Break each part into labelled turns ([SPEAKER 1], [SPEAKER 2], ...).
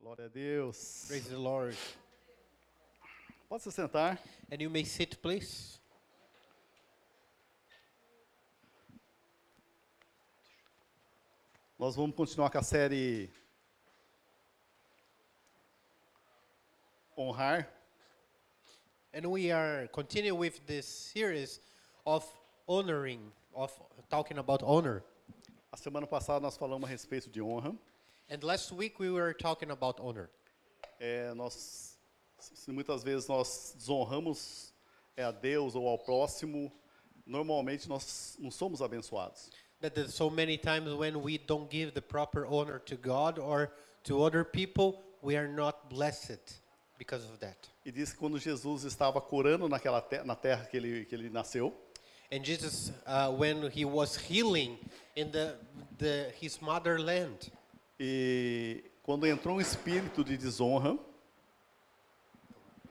[SPEAKER 1] Glória a Deus.
[SPEAKER 2] Praise the Lord.
[SPEAKER 1] Pode se sentar.
[SPEAKER 2] And you may sit, please.
[SPEAKER 1] Nós vamos continuar com a série Honrar.
[SPEAKER 2] And we are continuing with this series of honoring, of talking about honor.
[SPEAKER 1] A semana passada nós falamos a respeito de honra.
[SPEAKER 2] And last week we were talking about honor.
[SPEAKER 1] É, nós se muitas vezes nós desonramos é, a Deus ou ao próximo, normalmente nós não somos abençoados.
[SPEAKER 2] That there's so many times when we don't give the proper honor to God or to other people, we are not blessed because of that.
[SPEAKER 1] E diz que quando Jesus estava curando naquela te na terra que ele, que ele nasceu,
[SPEAKER 2] And Jesus, uh, when he was healing in the, the his motherland,
[SPEAKER 1] e quando entrou um espírito de desonra,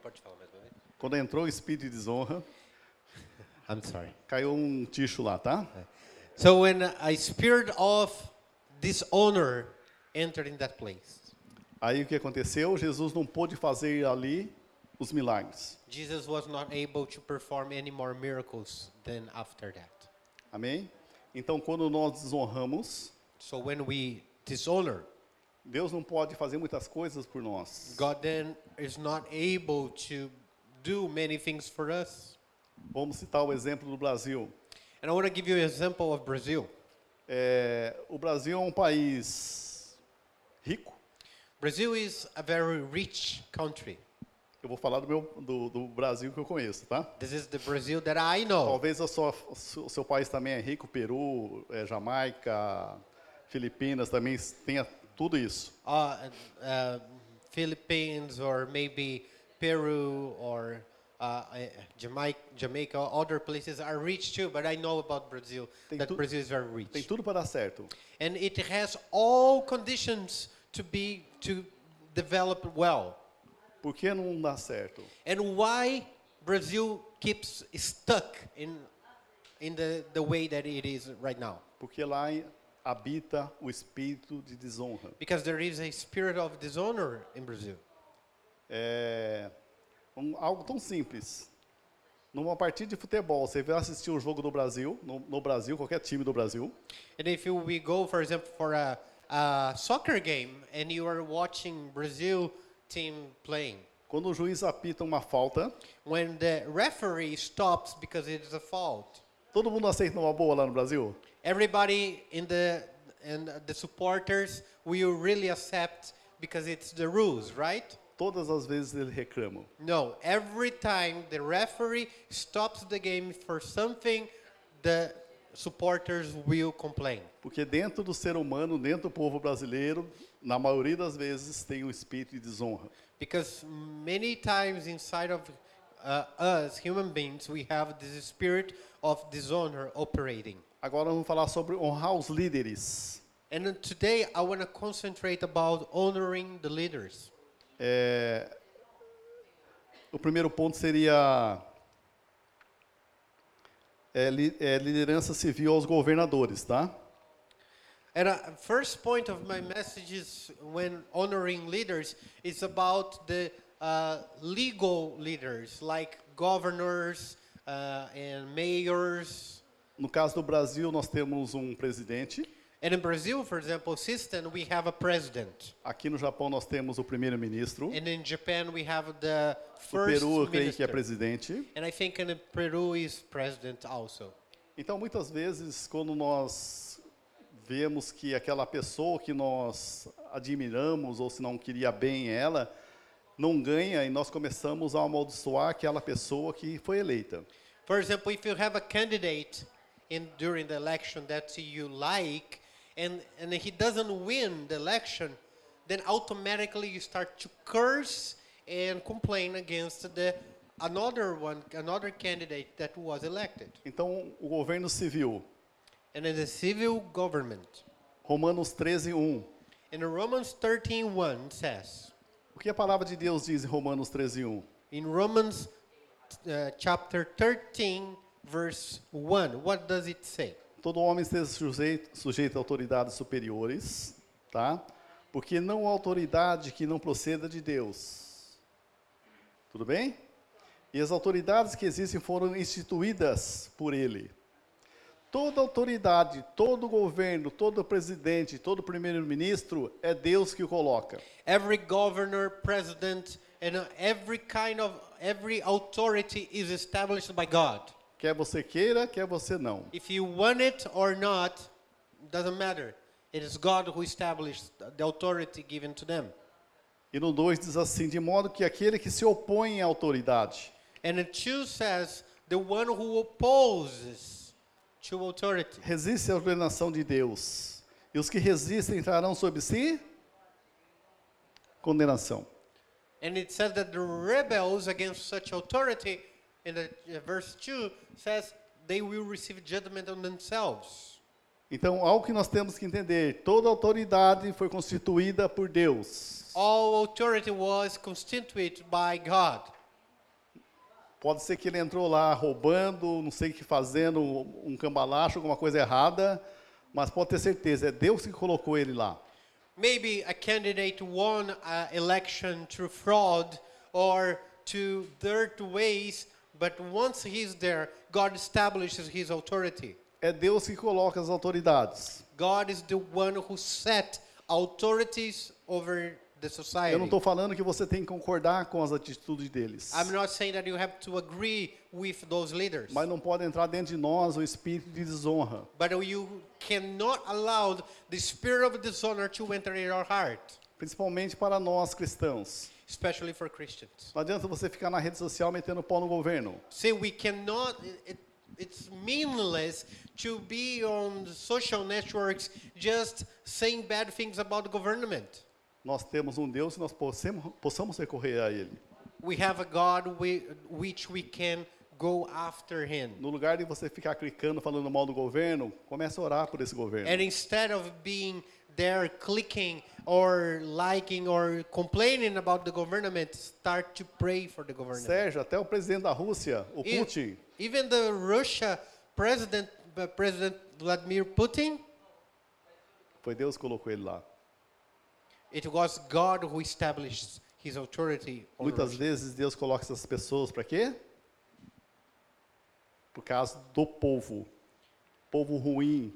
[SPEAKER 2] Pode falar mais uma vez?
[SPEAKER 1] quando entrou o espírito de desonra,
[SPEAKER 2] I'm sorry.
[SPEAKER 1] caiu um ticho lá, tá?
[SPEAKER 2] So when a spirit of dishonor entered in that place,
[SPEAKER 1] Aí o que aconteceu? Jesus não pôde fazer ali os milagres.
[SPEAKER 2] Jesus was not able to perform any more miracles than after that.
[SPEAKER 1] Amém? Então, quando nós desonramos,
[SPEAKER 2] So when we dishonor,
[SPEAKER 1] Deus não pode fazer muitas coisas por nós.
[SPEAKER 2] God then is not able to do many things for us.
[SPEAKER 1] Vamos citar o exemplo do Brasil.
[SPEAKER 2] And I want to give you an example of Brazil.
[SPEAKER 1] É, o Brasil é um país rico.
[SPEAKER 2] Brazil is a very rich country.
[SPEAKER 1] Eu vou falar do, meu, do, do Brasil que eu conheço, tá?
[SPEAKER 2] This is the Brazil that I know.
[SPEAKER 1] Talvez a sua, o seu- o seu país também é rico, Peru, é, Jamaica, Filipinas também tenha tudo isso.
[SPEAKER 2] Uh, uh, Philippines or maybe Peru or uh, Jamaica, Jamaica, other places are rich too, but I know about Brazil,
[SPEAKER 1] Tem
[SPEAKER 2] that
[SPEAKER 1] tu-
[SPEAKER 2] Brazil is very
[SPEAKER 1] Tem
[SPEAKER 2] rich.
[SPEAKER 1] tudo para dar certo.
[SPEAKER 2] And it has all conditions to be, to develop well.
[SPEAKER 1] Por que não dá certo?
[SPEAKER 2] And why Brazil keeps stuck in, in the, the way that it is right now?
[SPEAKER 1] Porque lá habita o espírito de desonra.
[SPEAKER 2] Because there is a spirit of dishonor in Brazil.
[SPEAKER 1] É um- algo tão simples. Numa partida de futebol, você vai assistir o jogo do Brasil, no, no Brasil, qualquer time do Brasil,
[SPEAKER 2] And if you, we go, for example, for a, a soccer game and you are watching Brazil team playing,
[SPEAKER 1] quando o juiz apita uma falta,
[SPEAKER 2] when the referee stops because it is a fault,
[SPEAKER 1] todo mundo aceita uma boa lá no Brasil?
[SPEAKER 2] everybody in the and the supporters will really accept because it's the rules, right?
[SPEAKER 1] Todas as vezes ele reclama.
[SPEAKER 2] No, every time the referee stops the game for something, the supporters will complain.
[SPEAKER 1] Porque dentro do ser humano, dentro do povo brasileiro, na maioria das vezes tem um espírito de desonra.
[SPEAKER 2] Because many times inside of uh, us, human beings, we have this spirit of dishonor operating.
[SPEAKER 1] Agora vamos falar sobre honrar os líderes.
[SPEAKER 2] And then today I want to concentrate about honoring the leaders.
[SPEAKER 1] É, o primeiro ponto seria é, li- é, liderança civil aos governadores, tá?
[SPEAKER 2] And uh, first point of my message is when honoring leaders is about the uh, legal leaders like governors uh, and mayors.
[SPEAKER 1] No caso do Brasil, nós temos um presidente.
[SPEAKER 2] And in Brazil, for example, system we have a president.
[SPEAKER 1] Aqui no Japão, nós temos o primeiro-ministro.
[SPEAKER 2] And in Japan, we have the
[SPEAKER 1] No
[SPEAKER 2] first
[SPEAKER 1] Peru, eu creio que é
[SPEAKER 2] minister.
[SPEAKER 1] presidente.
[SPEAKER 2] and I think in Peru is president also.
[SPEAKER 1] Então, muitas vezes, quando nós vemos que aquela pessoa que nós admiramos ou se não queria bem ela, não ganha e nós começamos a amaldiçoar aquela pessoa que foi eleita.
[SPEAKER 2] For example, if you have a candidate in during the election that you like, and and he doesn't win the election, then automatically you start to curse and complain against the another one, another candidate that was elected.
[SPEAKER 1] Então, o governo civil,
[SPEAKER 2] And in the civil government,
[SPEAKER 1] Romanos 13, 1.
[SPEAKER 2] in Romans 13:1 says,
[SPEAKER 1] O que a palavra de Deus diz em Romanos 13, 1?
[SPEAKER 2] in Romans uh, chapter 13 verse 1, what does it say?
[SPEAKER 1] Todo homem esteja sujeito, sujeito a autoridades superiores, tá? Porque não há autoridade que não proceda de Deus. Tudo bem? E as autoridades que existem foram instituídas por ele. Toda autoridade, todo governo, todo presidente, todo primeiro-ministro é Deus que o coloca.
[SPEAKER 2] Every governor, president, and uh, every kind of every authority is established by God.
[SPEAKER 1] Quer você queira, quer você não.
[SPEAKER 2] If you want it or not, doesn't matter. It is God who established the authority given to them.
[SPEAKER 1] E no 2 diz assim: de modo que aquele que se opõe à autoridade,
[SPEAKER 2] And the two says the one who opposes to authority
[SPEAKER 1] resiste à ordenação de Deus. E os que resistem entrarão sobre si condenação.
[SPEAKER 2] And it says that the rebels against such authority, in the, uh, verse 2, says they will receive judgment on themselves.
[SPEAKER 1] Então, algo que nós temos que entender: toda autoridade foi constituída por Deus.
[SPEAKER 2] All authority was constituted by God.
[SPEAKER 1] Pode ser que ele entrou lá roubando, não sei o que fazendo, um cambalacho, alguma coisa errada, mas pode ter certeza, é Deus que colocou ele lá.
[SPEAKER 2] Maybe a candidate won an election through fraud or to dirt ways, but once he's there, God establishes his authority.
[SPEAKER 1] É Deus que coloca as autoridades.
[SPEAKER 2] God is the one who set authorities over the society.
[SPEAKER 1] Eu não estou falando que você tem que concordar com as atitudes deles,
[SPEAKER 2] I'm not saying that you have to agree with those leaders,
[SPEAKER 1] mas não pode entrar dentro de nós o espírito de desonra.
[SPEAKER 2] but you cannot allow the spirit of dishonor to enter in your heart,
[SPEAKER 1] Principalmente para nós cristãos.
[SPEAKER 2] especially for Christians.
[SPEAKER 1] Não adianta você ficar na rede social metendo pau no governo.
[SPEAKER 2] See, we cannot. It, it's meaningless to be on social networks just saying bad things about the government.
[SPEAKER 1] Nós temos um Deus e nós possamos, possamos recorrer a Ele.
[SPEAKER 2] We have a God we, which we can go after Him.
[SPEAKER 1] No lugar de você ficar clicando, falando mal do governo, começa a orar por esse governo.
[SPEAKER 2] And instead of being there clicking or liking or complaining about the government, start to pray for the government.
[SPEAKER 1] Sérgio, até o presidente da Rússia, o
[SPEAKER 2] E-
[SPEAKER 1] Putin,
[SPEAKER 2] Even the Russia president, uh, President Vladimir Putin,
[SPEAKER 1] foi Deus que colocou ele lá.
[SPEAKER 2] it was God who established his authority. on
[SPEAKER 1] Muitas
[SPEAKER 2] Russia.
[SPEAKER 1] vezes Deus coloca essas pessoas para quê? Por causa do povo. Povo ruim.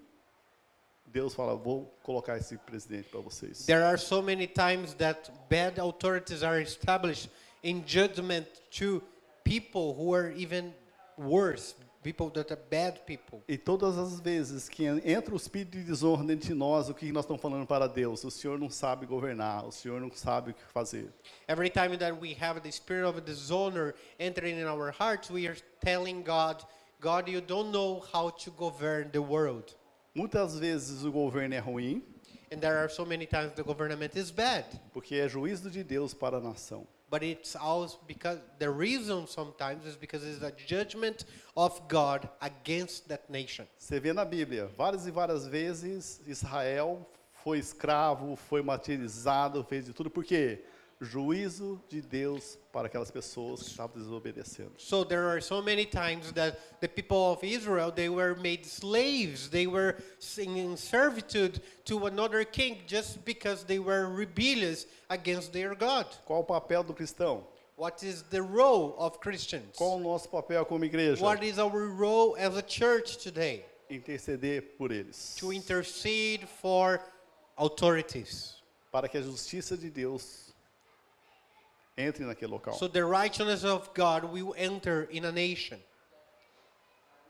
[SPEAKER 1] Deus fala, vou colocar esse presidente para vocês.
[SPEAKER 2] There are so many times that bad authorities are established in judgment to people who are even worse, people that are bad people.
[SPEAKER 1] E todas as vezes que entra o espírito de desonra dentro de nós, o que nós estamos falando para Deus? O Senhor não sabe governar, o Senhor não sabe o que fazer.
[SPEAKER 2] Every time that we have the spirit of dishonor entering in our hearts, we are telling God, God, you don't know how to govern the world.
[SPEAKER 1] Muitas vezes o governo é ruim,
[SPEAKER 2] And there are so many times the government is bad,
[SPEAKER 1] porque é juízo de Deus para a nação.
[SPEAKER 2] but it's also because the reason sometimes is because it's a judgment of God against that nation.
[SPEAKER 1] Você vê na Bíblia, várias e várias vezes Israel foi escravo, foi martirizado, fez de tudo, por quê? Juízo de Deus para aquelas pessoas que estavam desobedecendo.
[SPEAKER 2] So there are so many times that the people of Israel they were made slaves, they were in servitude to another king just because they were rebellious against their God.
[SPEAKER 1] Qual o papel do cristão?
[SPEAKER 2] What is the role of Christians?
[SPEAKER 1] Qual o nosso papel como igreja?
[SPEAKER 2] What is our role as a church today?
[SPEAKER 1] Interceder por eles,
[SPEAKER 2] To intercede for authorities.
[SPEAKER 1] para que a justiça de Deus entre naquele local.
[SPEAKER 2] So the righteousness of God will enter in a nation.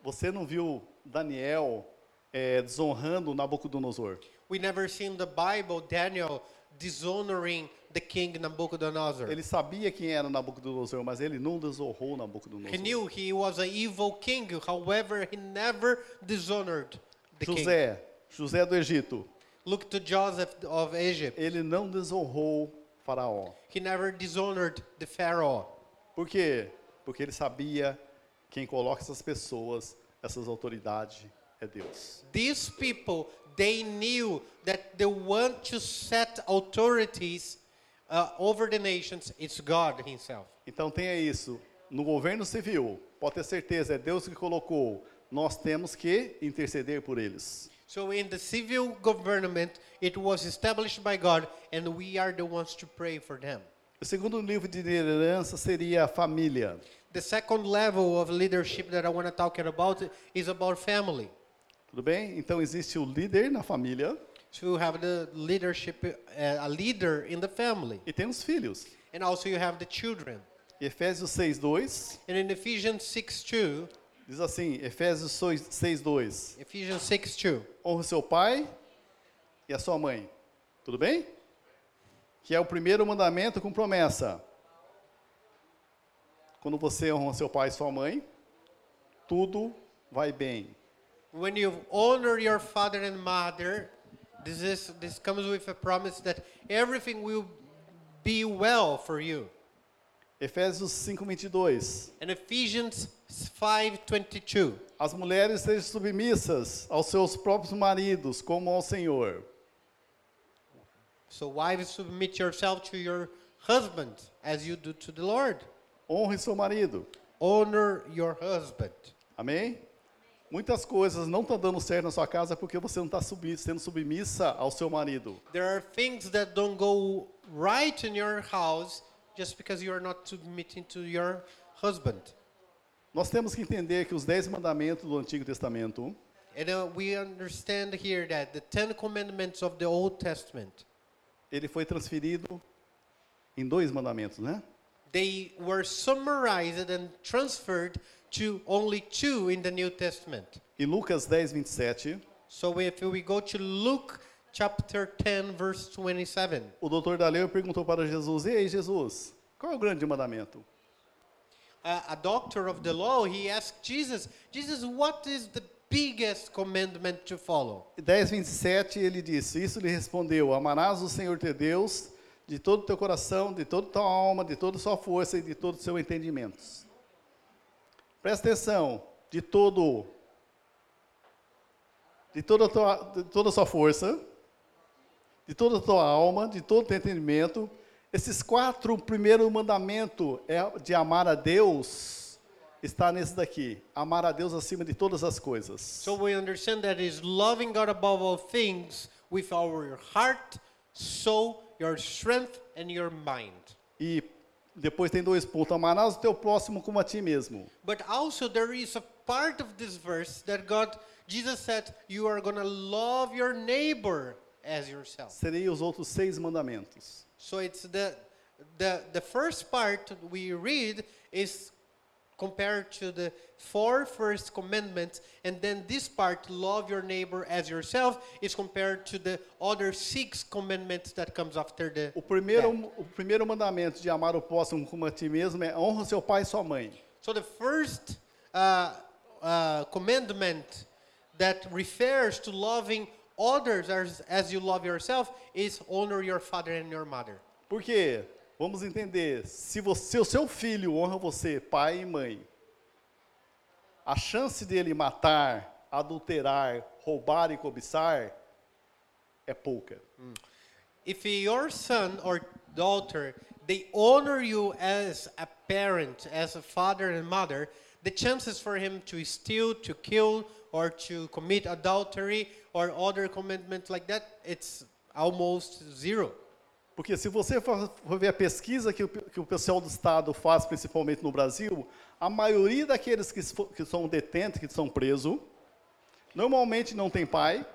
[SPEAKER 1] Você não viu Daniel eh, desonrando Nabucodonosor?
[SPEAKER 2] We never see in the Bible Daniel dishonoring the king Nabucodonosor.
[SPEAKER 1] Ele sabia quem era Nabucodonosor, mas ele não desonrou
[SPEAKER 2] He
[SPEAKER 1] Nabucodonosor.
[SPEAKER 2] knew he was an evil king, however, he never dishonored the king.
[SPEAKER 1] José, José do Egito,
[SPEAKER 2] Look to Joseph of Egypt.
[SPEAKER 1] ele não desonrou Faraó.
[SPEAKER 2] He never dishonored the Pharaoh
[SPEAKER 1] Por quê? Porque ele sabia quem coloca essas pessoas, essas autoridades é Deus.
[SPEAKER 2] These people, they knew that the one to set authorities uh, over the nations is God Himself.
[SPEAKER 1] Então tenha isso. No governo civil, pode ter certeza, é Deus que colocou. Nós temos que interceder por eles.
[SPEAKER 2] So in the civil government, it was established by God, and we are the ones to pray for them.
[SPEAKER 1] O segundo nível de liderança seria a família.
[SPEAKER 2] The second level of leadership that I want to talk about is about family.
[SPEAKER 1] Tudo bem? Então existe o líder na família
[SPEAKER 2] So you have the leadership, uh, a leader in the family,
[SPEAKER 1] e tem os filhos.
[SPEAKER 2] and also you have the children.
[SPEAKER 1] Efésios 6:2
[SPEAKER 2] And in Ephesians 6 2,
[SPEAKER 1] diz assim: Efésios 6:2.
[SPEAKER 2] Ephesians 6 2,
[SPEAKER 1] Honra o seu pai e a sua mãe. Tudo bem? Que é o primeiro mandamento com promessa. Quando você honra seu pai e sua mãe, tudo vai bem.
[SPEAKER 2] when you honor your father and mother, this, is, this comes with a promise that everything will be well for you.
[SPEAKER 1] Efésios 5:22.
[SPEAKER 2] And Ephesians 5 22.
[SPEAKER 1] As mulheres sejam submissas aos seus próprios maridos, como ao Senhor.
[SPEAKER 2] So, wives, submit yourself to your husband as you do to the Lord.
[SPEAKER 1] Honre seu marido.
[SPEAKER 2] Honor your husband.
[SPEAKER 1] Amém? Muitas coisas não estão dando certo na sua casa porque você não está sendo submissa ao seu marido.
[SPEAKER 2] There are things that don't go right in your house just because you are not submitting to your husband.
[SPEAKER 1] Nós temos que entender que os dez mandamentos do Antigo Testamento,
[SPEAKER 2] And uh, we understand here that the Ten Commandments of the Old Testament,
[SPEAKER 1] ele foi transferido em dois mandamentos, né?
[SPEAKER 2] they were summarized and transferred to only two in the New Testament.
[SPEAKER 1] Em Lucas 10, 27,
[SPEAKER 2] So if we go to Luke chapter 10 verse 27,
[SPEAKER 1] o doutor da lei perguntou para Jesus, e aí Jesus, qual é o grande mandamento?
[SPEAKER 2] uh, a doctor of the law, he asked Jesus, Jesus, what is the biggest commandment to follow?
[SPEAKER 1] E 10, 27, ele disse, isso lhe respondeu, amarás o Senhor teu Deus de todo o teu coração, de toda a tua alma, de toda a sua força e de todo o seu entendimento. Presta atenção, de todo, de toda a tua, de toda a sua força, de toda a tua alma, de todo o teu entendimento. Esses quatro, o primeiro mandamento é de amar a Deus, está nesse daqui, amar a Deus acima de todas as coisas.
[SPEAKER 2] So we understand that is loving God above all things with our heart, soul, your strength and your mind.
[SPEAKER 1] E depois tem dois pontos. Amarás o teu próximo como a ti mesmo.
[SPEAKER 2] But also there is a part of this verse that God Jesus said you are going to love your neighbor as yourself.
[SPEAKER 1] Serei os outros seis mandamentos.
[SPEAKER 2] So it's the the the first part we read is compared to the four first commandments, and then this part, love your neighbor as yourself, is compared to the other six commandments that comes after the.
[SPEAKER 1] O primeiro, o primeiro mandamento de amar o próximo como a ti mesmo é honra seu pai e sua mãe.
[SPEAKER 2] So the first uh, uh, commandment that refers to loving others as, as you love yourself is honor your father and your mother.
[SPEAKER 1] Por quê? Vamos entender. Se, você, se o seu filho honra você, pai e mãe, a chance dele matar, adulterar, roubar e cobiçar é pouca.
[SPEAKER 2] If your son or daughter they honor you as a parent, as a father and mother, the chances for him to steal, to kill, or to commit adultery or other commitment like that, it's almost zero.
[SPEAKER 1] Porque se você for for ver a pesquisa que o, pe- que o pessoal do Estado faz, principalmente no Brasil, a maioria daqueles que, fo- que são detentos, que são presos, normalmente não tem pai,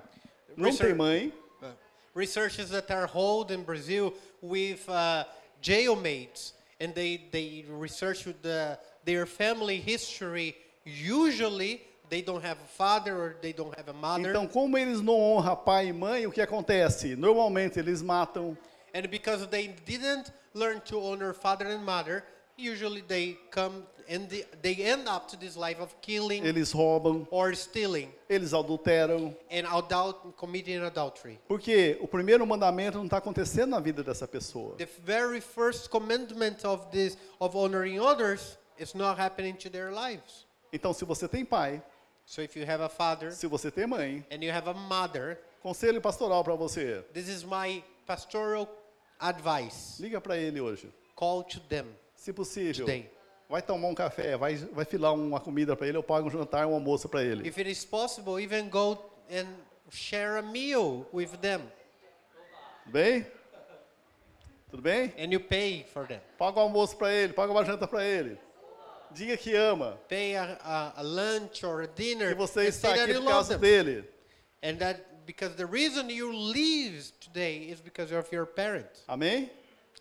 [SPEAKER 1] não
[SPEAKER 2] Research-
[SPEAKER 1] tem mãe,
[SPEAKER 2] Uh, researchers that are held in Brazil with uh, jailmates, and they they research with the, their family history. Usually, they don't have a father or they don't have a mother.
[SPEAKER 1] Então, como eles não honram pai e mãe, o que acontece? Normalmente eles matam,
[SPEAKER 2] And because they didn't learn to honor father and mother, usually they come and they- they end up to this life of killing
[SPEAKER 1] eles roubam,
[SPEAKER 2] or stealing
[SPEAKER 1] eles adulteram.
[SPEAKER 2] and adult, committing adultery.
[SPEAKER 1] Porque o primeiro mandamento não está acontecendo na vida dessa pessoa.
[SPEAKER 2] The very first commandment of this of honoring others is not happening to their lives.
[SPEAKER 1] Então, se você tem pai,
[SPEAKER 2] So if you have a father
[SPEAKER 1] se você tem mãe,
[SPEAKER 2] and you have a mother,
[SPEAKER 1] conselho pastoral para você,
[SPEAKER 2] this is my pastoral advice.
[SPEAKER 1] liga para ele hoje.
[SPEAKER 2] Call to them.
[SPEAKER 1] Se possível,
[SPEAKER 2] Today.
[SPEAKER 1] vai tomar um café, vai, vai filar uma comida para ele, eu pago um jantar, um almoço para ele.
[SPEAKER 2] If it is possible, even go and share a meal with them
[SPEAKER 1] Tudo bem? Tudo bem?
[SPEAKER 2] and you pay for them.
[SPEAKER 1] Paga o almoço para ele, paga uma janta para ele. Diga que ama.
[SPEAKER 2] Pay a, a, a lunch or a dinner
[SPEAKER 1] E você
[SPEAKER 2] and
[SPEAKER 1] está
[SPEAKER 2] say that
[SPEAKER 1] aqui
[SPEAKER 2] you
[SPEAKER 1] por
[SPEAKER 2] love
[SPEAKER 1] causa
[SPEAKER 2] them.
[SPEAKER 1] dele.
[SPEAKER 2] And that because the reason you leave today is because of your parents.
[SPEAKER 1] Amém?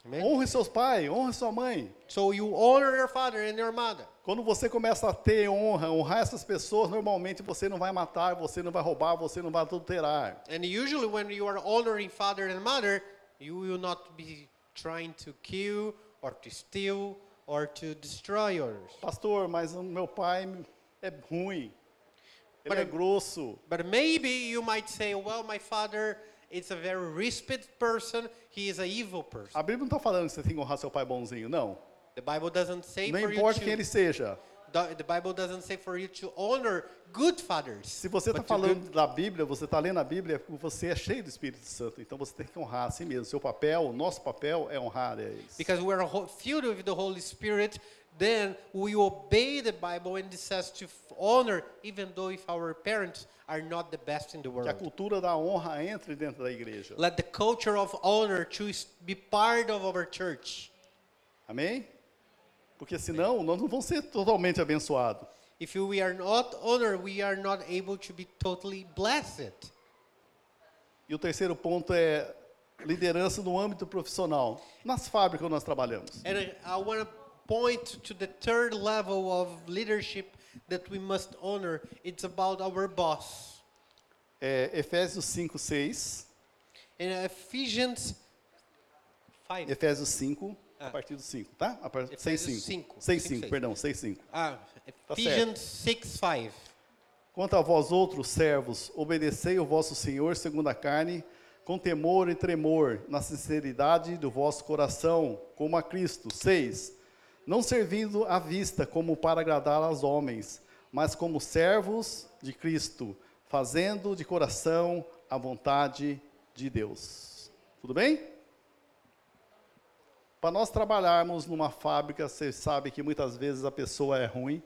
[SPEAKER 2] Amen?
[SPEAKER 1] Honre seus pais, honre sua mãe.
[SPEAKER 2] So you honor your father and your mother.
[SPEAKER 1] Quando você começa a ter honra, honrar essas pessoas, normalmente você não vai matar, você não vai roubar, você não vai adulterar.
[SPEAKER 2] And usually when you are honoring father and mother, you will not be trying to kill or to steal or to destroy others.
[SPEAKER 1] Pastor, mas o meu pai é ruim. Ele
[SPEAKER 2] Mas-
[SPEAKER 1] é grosso.
[SPEAKER 2] But maybe you might say, well, my father is a very respected person. He is an evil person.
[SPEAKER 1] A Bíblia não está falando que você tem que honrar seu pai bonzinho, não.
[SPEAKER 2] The Bible doesn't say
[SPEAKER 1] Não
[SPEAKER 2] for you
[SPEAKER 1] importa quem ele
[SPEAKER 2] to,
[SPEAKER 1] seja.
[SPEAKER 2] the the Bible doesn't say for you to honor good fathers.
[SPEAKER 1] Se você está
[SPEAKER 2] but to do-
[SPEAKER 1] falando da Bíblia, você está lendo a Bíblia, é porque você é cheio do Espírito Santo. Então você tem que honrar a si mesmo. Seu papel, o nosso papel é honrar eles.
[SPEAKER 2] Because we are ho- filled with the Holy Spirit, then we obey the Bible and it says to f- honor, even though if our parents are not the best in the
[SPEAKER 1] Que a
[SPEAKER 2] world.
[SPEAKER 1] cultura da honra entre dentro da igreja.
[SPEAKER 2] Let the culture of honor choose be part of our church.
[SPEAKER 1] Amém? Porque senão nós não vamos ser totalmente abençoados.
[SPEAKER 2] If we are not honored, we are not able to be totally blessed.
[SPEAKER 1] E o terceiro ponto é liderança no âmbito profissional. Nas fábricas onde nós trabalhamos.
[SPEAKER 2] And I- I want to point to the third level of leadership that we must honor. It's about our boss.
[SPEAKER 1] É, Efésios 5, 6.
[SPEAKER 2] In Ephesians 5.
[SPEAKER 1] Efésios 5, a
[SPEAKER 2] Ah.
[SPEAKER 1] partir do 5, tá? A partir, 6,
[SPEAKER 2] Efésios
[SPEAKER 1] 5.
[SPEAKER 2] 5,
[SPEAKER 1] 6,
[SPEAKER 2] 5,
[SPEAKER 1] 5, perdão, 6, 5.
[SPEAKER 2] Ah,
[SPEAKER 1] Tá
[SPEAKER 2] Ephesians 6, 5.
[SPEAKER 1] Quanto a vós outros, servos, obedecei o vosso Senhor segundo a carne, com temor e tremor, na sinceridade do vosso coração, como a Cristo. 6. Não servindo à vista como para agradar aos homens, mas como servos de Cristo, fazendo de coração a vontade de Deus. Tudo bem? Para nós trabalharmos numa fábrica, você sabe que muitas vezes a pessoa é ruim,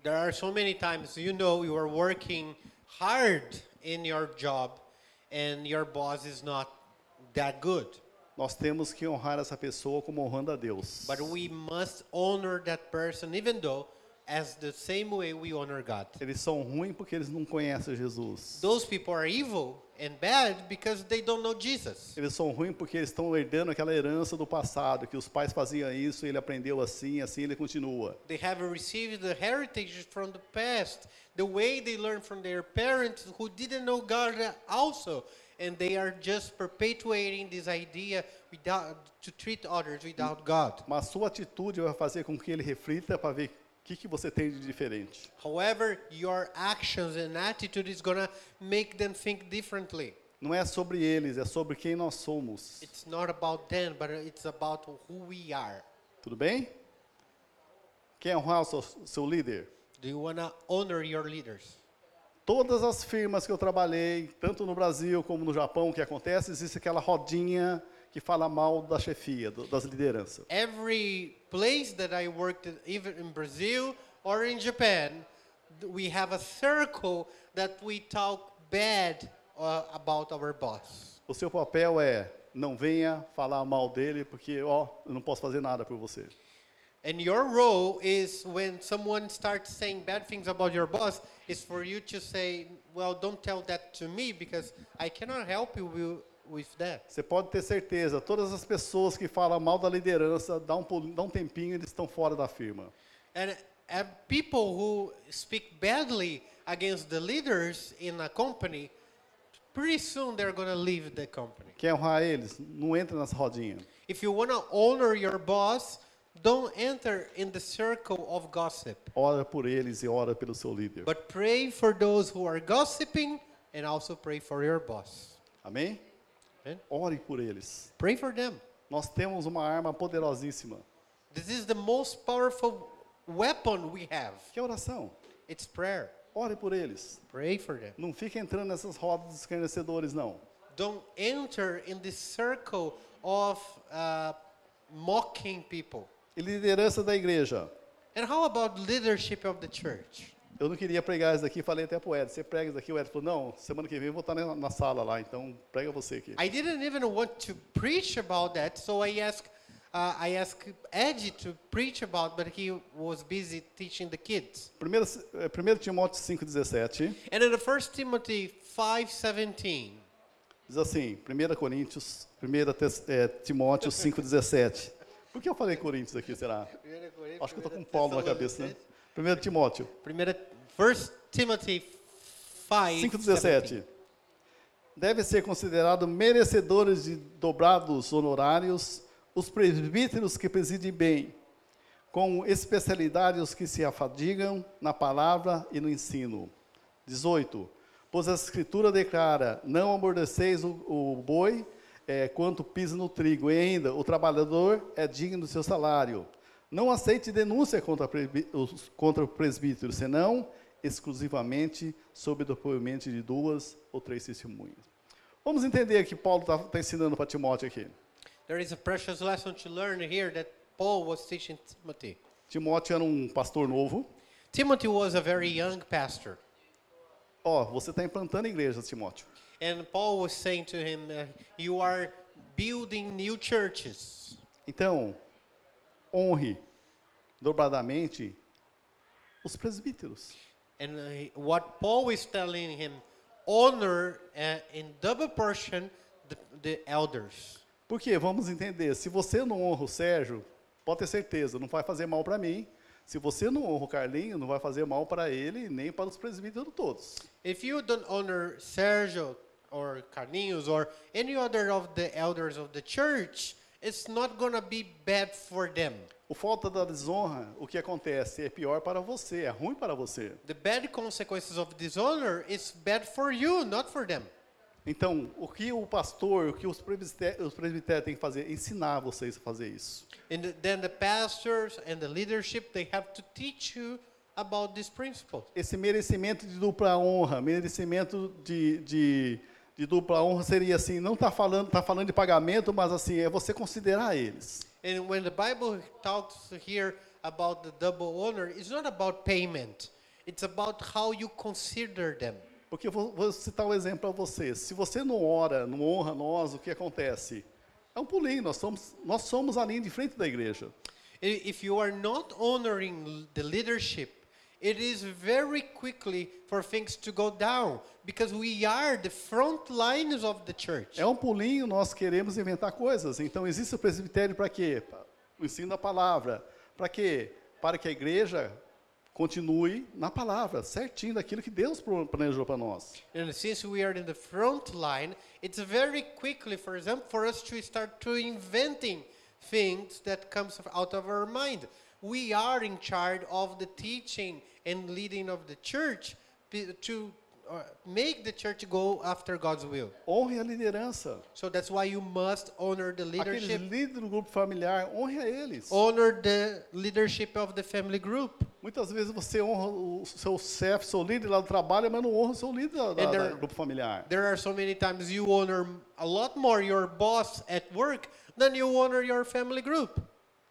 [SPEAKER 2] There are so many times you know you are working hard in your job and your boss is not that good.
[SPEAKER 1] Nós temos que honrar essa pessoa como honrando a Deus.
[SPEAKER 2] But we must honor that person even though as the same way we honor God.
[SPEAKER 1] Eles são ruins porque eles não conhecem Jesus.
[SPEAKER 2] Those people are evil and bad because they don't know Jesus.
[SPEAKER 1] Eles são ruins porque eles estão herdando aquela herança do passado, que os pais faziam isso, ele aprendeu assim, assim ele continua.
[SPEAKER 2] They have received the heritage from the past, the way they learned from their parents who didn't know God also, and they are just perpetuating this idea without to treat others without God.
[SPEAKER 1] Mas sua atitude vai fazer com que ele reflita para ver o que, que você tem de diferente.
[SPEAKER 2] However, your actions and attitude is gonna make them think differently.
[SPEAKER 1] Não é sobre eles, é sobre quem nós somos.
[SPEAKER 2] It's not about them, but it's about who we are.
[SPEAKER 1] Tudo bem? Quer honrar o seu, seu líder?
[SPEAKER 2] Do you wanna honor your leaders?
[SPEAKER 1] Todas as firmas que eu trabalhei, tanto no Brasil como no Japão, o que acontece, existe aquela rodinha que fala mal da chefia, do- das lideranças.
[SPEAKER 2] every place that I worked, in, even in Brazil or in Japan, th- we have a circle that we talk bad uh, about our boss.
[SPEAKER 1] O seu papel é não venha falar mal dele, porque ó, eu não posso fazer nada por você.
[SPEAKER 2] And your role is when someone starts saying bad things about your boss, is for you to say, well, don't tell that to me because I cannot help you wi- with that.
[SPEAKER 1] Você pode ter certeza, todas as pessoas que falam mal da liderança, dá um, pul- dá um tempinho, eles estão fora da firma.
[SPEAKER 2] And uh, people who speak badly against the leaders in a company, pretty soon they're going to leave the company.
[SPEAKER 1] Quer honrar eles? Não entra nessa rodinha.
[SPEAKER 2] If you want to honor your boss, don't enter in the circle of gossip,
[SPEAKER 1] Ora por eles e ora pelo seu líder.
[SPEAKER 2] but pray for those who are gossiping and also pray for your boss.
[SPEAKER 1] Amém?
[SPEAKER 2] Amen?
[SPEAKER 1] Ore por eles.
[SPEAKER 2] Pray for them.
[SPEAKER 1] Nós temos uma arma poderosíssima,
[SPEAKER 2] This is the most powerful weapon we have.
[SPEAKER 1] que é a oração.
[SPEAKER 2] It's prayer.
[SPEAKER 1] Ore por eles.
[SPEAKER 2] Pray for them.
[SPEAKER 1] Não fique entrando nessas rodas dos escarnecedores, não.
[SPEAKER 2] Don't enter in the circle of uh, mocking people.
[SPEAKER 1] E liderança da igreja.
[SPEAKER 2] And how about leadership of the church?
[SPEAKER 1] Eu não queria pregar isso daqui, falei até pro Ed, você prega isso daqui, o Ed falou, não, semana que vem eu vou estar na, na sala lá, então prega você aqui.
[SPEAKER 2] I didn't even want to preach about that, so I asked uh, I asked Ed to preach about, but he was busy teaching the kids.
[SPEAKER 1] Primeiro, eh, 1 Timóteo 5,17
[SPEAKER 2] And in the First Timothy 5:17,
[SPEAKER 1] diz assim, 1 Coríntios, 1 Tes- eh, Timóteo 5,17. Por que eu falei Coríntios aqui, será? Acho que eu estou com um palmo na cabeça, né? 1 Timóteo
[SPEAKER 2] Primeira, First Timothy 5,
[SPEAKER 1] 5,17. Devem ser considerados merecedores de dobrados honorários os presbíteros que presidem bem, com especialidade os que se afadigam na palavra e no ensino. 18. Pois a Escritura declara: Não amordeceis o, o boi eh, quanto pisa no trigo, e ainda o trabalhador é digno do seu salário. Não aceite denúncia contra, presbí- os- contra o presbítero, senão exclusivamente sob depoimento de duas ou três testemunhas. Vamos entender o que Paulo está ensinando para Timóteo aqui.
[SPEAKER 2] There is a precious lesson to learn here that Paul was teaching Timothy.
[SPEAKER 1] Timóteo era um pastor novo.
[SPEAKER 2] Timothy was a very young pastor,
[SPEAKER 1] Ó, você está implantando igrejas, Timóteo.
[SPEAKER 2] and Paul was saying to him, uh, "You are building new churches,
[SPEAKER 1] Então, honre dobradamente os presbíteros.
[SPEAKER 2] And uh, what Paul is telling him, honor uh, in double portion the, the elders.
[SPEAKER 1] Porque vamos entender, se você não honra o Sérgio, pode ter certeza, não vai fazer mal para mim. Se você não honra o Carlinho, não vai fazer mal para ele nem para os presbíteros todos.
[SPEAKER 2] If you don't honor Sergio or Carlinhos or any other of the elders of the church, it's not going to be bad for them.
[SPEAKER 1] O falta da desonra, o que acontece é pior para você, é ruim para você.
[SPEAKER 2] The bad consequences of dishonor is bad for you, not for them.
[SPEAKER 1] Então, o que o pastor, o que os presbite- os presbitérios têm que fazer? Ensinar vocês a fazer isso.
[SPEAKER 2] And th- then the pastors and the leadership, they have to teach you about this principle.
[SPEAKER 1] esse merecimento de dupla honra, merecimento de, de, de dupla honra seria assim, não está falando, tá falando de pagamento, mas assim, é você considerar eles.
[SPEAKER 2] And when the Bible talks here about the double honor, it's not about payment. It's about how you consider them.
[SPEAKER 1] Porque eu vou, vou citar um exemplo para você. Se você não ora, não honra nós, o que acontece? É um pulinho, nós somos, nós somos a linha de frente da igreja.
[SPEAKER 2] I- If you are not honoring l- the leadership, it is very quickly for things to go down because we are the front lines of the church.
[SPEAKER 1] É um pulinho, nós queremos inventar coisas. Então, existe o presbitério para quê? Pra- O ensino da palavra. Para quê? Para que a igreja continue na palavra, certinho daquilo que Deus pro- planejou para nós.
[SPEAKER 2] And since we are in the front line, it's very quickly, for example, for us to start to inventing things that comes out of our mind. We are in charge of the teaching and leading of the church p- to uh, make the church go after God's will.
[SPEAKER 1] Honre a liderança.
[SPEAKER 2] So that's why you must honor the
[SPEAKER 1] Aqueles
[SPEAKER 2] leadership, Oh.
[SPEAKER 1] líderes do grupo familiar, honre a eles.
[SPEAKER 2] honor the leadership of the family group.
[SPEAKER 1] Muitas vezes você honra o seu chefe, seu líder lá do trabalho, mas não honra o seu líder da, da-
[SPEAKER 2] there-
[SPEAKER 1] da grupo familiar.
[SPEAKER 2] There are so many times you honor a lot more your boss at work than you honor your family group.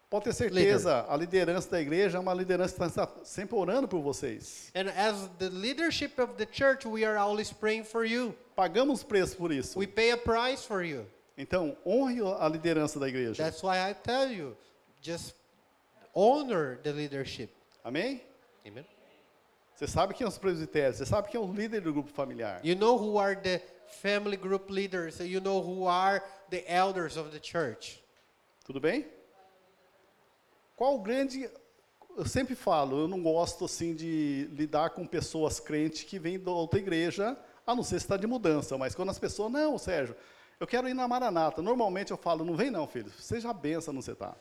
[SPEAKER 1] Pode ter certeza, a liderança da igreja é uma liderança que está sempre orando por vocês.
[SPEAKER 2] And as the leadership of the church, we are always praying for you.
[SPEAKER 1] Pagamos preço por isso.
[SPEAKER 2] We pay a price for you.
[SPEAKER 1] Então, honre a liderança da igreja.
[SPEAKER 2] That's why I tell you, just honor the leadership.
[SPEAKER 1] Amém?
[SPEAKER 2] Amen.
[SPEAKER 1] Você sabe quem é os presbitérios, você sabe quem é o líder do grupo familiar.
[SPEAKER 2] You know who are the family group leaders, you know who are the elders of the church.
[SPEAKER 1] Tudo bem? Qual o grande. Eu sempre falo, eu não gosto assim de lidar com pessoas crentes que vêm da outra igreja, a não ser se está de mudança, mas quando as pessoas, não, Sérgio, eu quero ir na Maranata. Normalmente eu falo, não vem não, filho, seja a benção onde você está.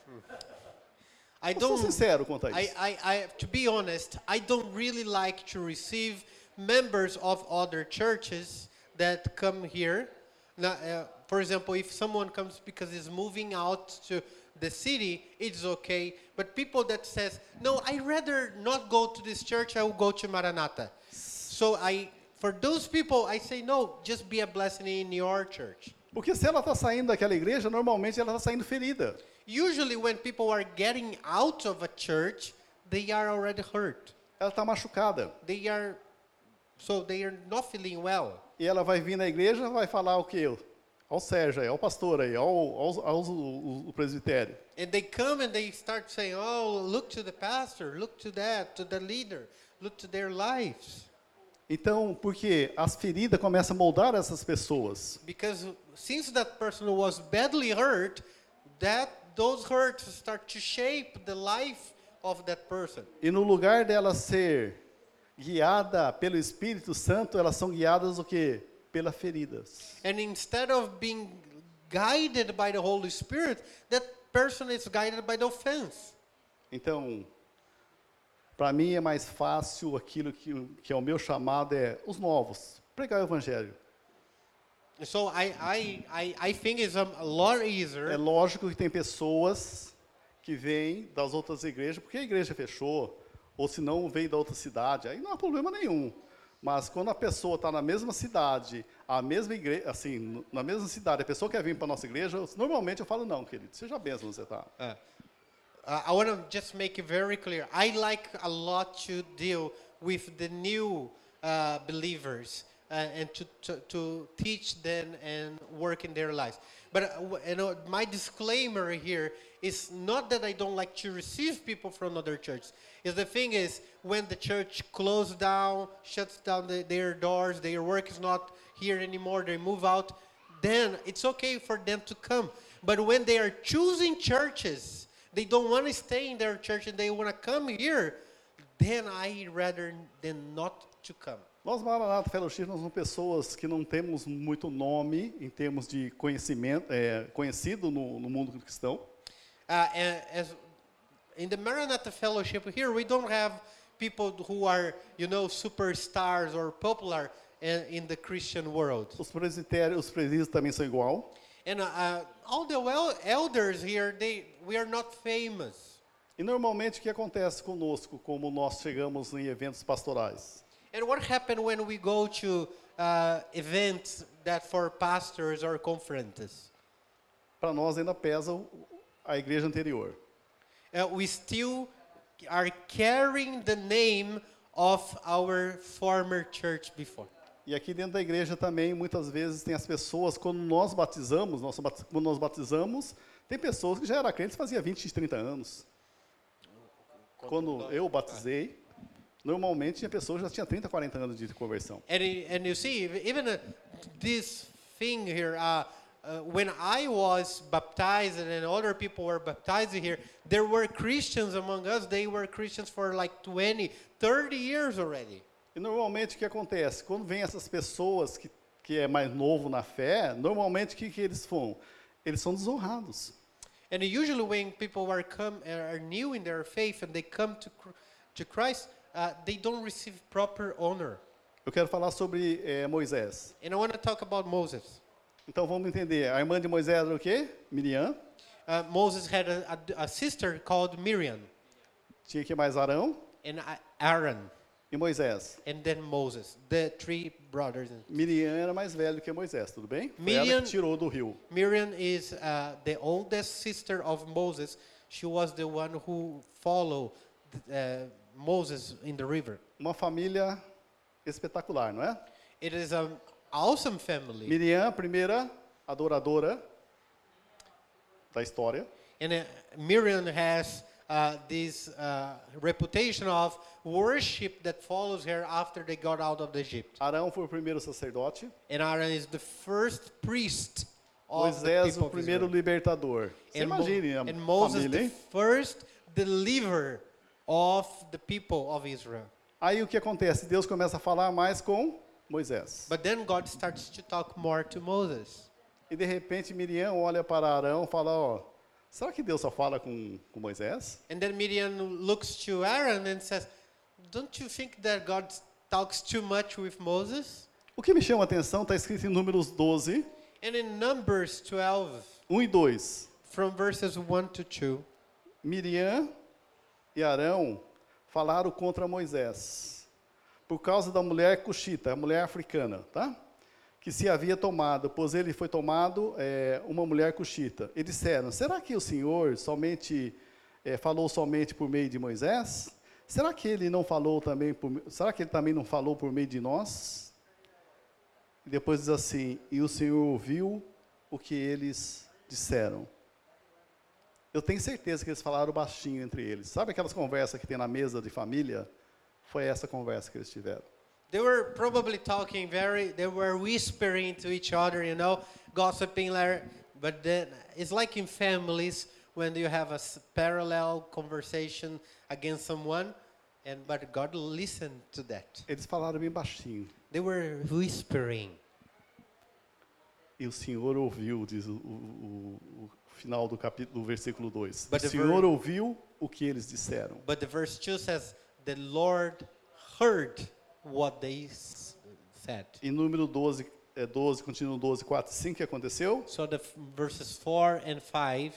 [SPEAKER 2] I
[SPEAKER 1] Eu sou
[SPEAKER 2] don't
[SPEAKER 1] sincero quanto a
[SPEAKER 2] I,
[SPEAKER 1] isso.
[SPEAKER 2] I, I to be honest, I don't really like to receive members of other churches that come here. Now, uh, for example, if someone comes because he's moving out to the city, it's okay. But people that says, "No, I rather not go to this church. I will go to Maranatha." So I, for those people, I say, "No, just be a blessing in your church."
[SPEAKER 1] Porque se ela está saindo daquela igreja, normalmente ela está saindo ferida.
[SPEAKER 2] Usually, when people are getting out of a church, they are already hurt.
[SPEAKER 1] ela está machucada.
[SPEAKER 2] They are so they are not feeling well.
[SPEAKER 1] E ela vai vir na igreja e vai falar o quê? Ó o Sérgio aí, ó o pastor aí, ó, o- ó, os- ó os- o, o presbitério.
[SPEAKER 2] And they come and they start saying, "Oh, look to the pastor, look to that, to the leader, look to their lives."
[SPEAKER 1] Então, porque as feridas começam a moldar essas pessoas.
[SPEAKER 2] Because since that person was badly hurt, that those hurts start to shape the life of that person.
[SPEAKER 1] E no lugar dela ser guiada pelo Espírito Santo, elas são guiadas o quê? Pelas feridas.
[SPEAKER 2] And instead of being guided by the Holy Spirit, that person is guided by the offense.
[SPEAKER 1] Então, para mim é mais fácil aquilo que, que é o meu chamado é os novos, pregar o evangelho.
[SPEAKER 2] So I, I, I, I think it's um, a lot
[SPEAKER 1] É
[SPEAKER 2] easier.
[SPEAKER 1] lógico que tem pessoas que vêm das outras igrejas, porque a igreja fechou, ou se não veio da outra cidade, aí não há problema nenhum. Mas quando a pessoa está na mesma cidade, a mesma igreja, assim, no- na mesma cidade, a pessoa quer vir para a nossa igreja, eu- normalmente eu falo, não, querido, seja benção onde você tá." está.
[SPEAKER 2] Uh, uh, I want to just make it very clear. I like a lot to deal with the new uh, believers uh, and to, to, to teach them and work in their lives. But uh, w- you know, my disclaimer here is not that I don't like to receive people from other churches. Is the thing is when the church closed down, shuts down the, their doors, their work is not here anymore, they move out then it's okay for them to come. But when they are choosing churches, they don't want to stay in their church and they want to come here, then I rather than not to come.
[SPEAKER 1] Nós, Maranata Fellowship, nós somos pessoas que não temos muito nome em termos de conhecimento, é, conhecido no, no mundo cristão.
[SPEAKER 2] Uh, and as in the Maranatha Fellowship here, we don't have people who are, you know, superstars or popular in, in the Christian world.
[SPEAKER 1] Os presbitérios, os presbíteros também são igual.
[SPEAKER 2] And uh, all the well elders here, they we are not famous.
[SPEAKER 1] E normalmente o que acontece conosco, como nós chegamos em eventos pastorais?
[SPEAKER 2] And what happened when we go to uh, events that for pastors or conferences?
[SPEAKER 1] Para nós ainda pesa o- a igreja anterior.
[SPEAKER 2] Uh, we still are carrying the name of our former church before.
[SPEAKER 1] E aqui dentro da igreja também, muitas vezes, tem as pessoas, quando nós batizamos, nós bat- quando nós batizamos, tem pessoas que já eram crentes fazia 20, 30 anos. Quando eu batizei, normalmente tinha pessoas que já tinha 30, 40 anos de conversão.
[SPEAKER 2] And, i- and you see, ev- even uh, this thing here, uh, uh, when I was baptized and then other people were baptized here, there were Christians among us. They were Christians for like 20, 30 years already.
[SPEAKER 1] E normalmente o que acontece? Quando vem essas pessoas que, que é mais novo na fé, normalmente o que, que eles vão? Eles são desonrados.
[SPEAKER 2] And usually, when people are come uh, are new in their faith and they come to Chr- to Christ, uh, they don't receive proper honor.
[SPEAKER 1] Eu quero falar sobre eh, Moisés.
[SPEAKER 2] And I want to talk about Moses.
[SPEAKER 1] Então vamos entender. A irmã de Moisés era o quê? Miriam.
[SPEAKER 2] Uh, Moses had a, a- a sister called Miriam
[SPEAKER 1] Tinha que mais Arão
[SPEAKER 2] and A- Aaron,
[SPEAKER 1] e Moisés.
[SPEAKER 2] and then Moses, the three brothers.
[SPEAKER 1] Miriam era mais velha do que Moisés, tudo bem? Foi ela
[SPEAKER 2] Miriam-
[SPEAKER 1] que tirou do rio.
[SPEAKER 2] Miriam is uh, the oldest sister of Moses. She was the one who followed uh, Moses in the river.
[SPEAKER 1] Uma família espetacular, não é?
[SPEAKER 2] It is an awesome family.
[SPEAKER 1] Miriam, primeira adoradora da história.
[SPEAKER 2] And uh, Miriam has uh, this uh, reputation of worship that follows her after they got out of Egypt.
[SPEAKER 1] Arão foi o primeiro sacerdote.
[SPEAKER 2] And Aaron is the first priest of the
[SPEAKER 1] Moisés,
[SPEAKER 2] people
[SPEAKER 1] o
[SPEAKER 2] of
[SPEAKER 1] primeiro
[SPEAKER 2] Israel.
[SPEAKER 1] libertador. Você
[SPEAKER 2] and, Mo-
[SPEAKER 1] imagine a
[SPEAKER 2] and Moses,
[SPEAKER 1] família,
[SPEAKER 2] the
[SPEAKER 1] hein?
[SPEAKER 2] first deliverer of the people of Israel.
[SPEAKER 1] Aí o que acontece? Deus começa a falar mais com Moisés.
[SPEAKER 2] But then God starts to talk more to Moses.
[SPEAKER 1] E de repente Miriam olha para Arão e fala, ó, será que Deus só fala com, com Moisés?
[SPEAKER 2] And then Miriam looks to Aaron and says, Don't you think that God talks too much with Moses?
[SPEAKER 1] O que me chama a atenção está escrito em Números 12,
[SPEAKER 2] And in Numbers 12,
[SPEAKER 1] 1 e 2.
[SPEAKER 2] from verses 1 to 2.
[SPEAKER 1] Miriam e Arão falaram contra Moisés por causa da mulher cuxita, a mulher africana, tá? Que se havia tomado, pois ele foi tomado é, uma mulher cuxita. E disseram: Será que o Senhor somente é, falou somente por meio de Moisés? Será que ele não falou também por, será que ele também não falou por meio de nós? E depois diz assim: "E o Senhor ouviu o que eles disseram". Eu tenho certeza que eles falaram baixinho entre eles. Sabe aquelas conversas que tem na mesa de família? Foi essa conversa que eles tiveram.
[SPEAKER 2] They were probably talking very, they were whispering to each other, you know, gossiping. like- But then it's like in families when you have a s- parallel conversation against someone, and but God listened to that.
[SPEAKER 1] Eles falaram bem baixinho.
[SPEAKER 2] They were whispering.
[SPEAKER 1] E o Senhor ouviu, diz o, o- o- o final do capítulo, do versículo 2. O
[SPEAKER 2] But the
[SPEAKER 1] Senhor
[SPEAKER 2] ver-
[SPEAKER 1] ouviu o que eles disseram.
[SPEAKER 2] But the verse 2 says, The Lord heard what they s- said.
[SPEAKER 1] Em número 12, é 12, continua 12, 4, 5, que aconteceu?
[SPEAKER 2] So the f- verses 4 and 5.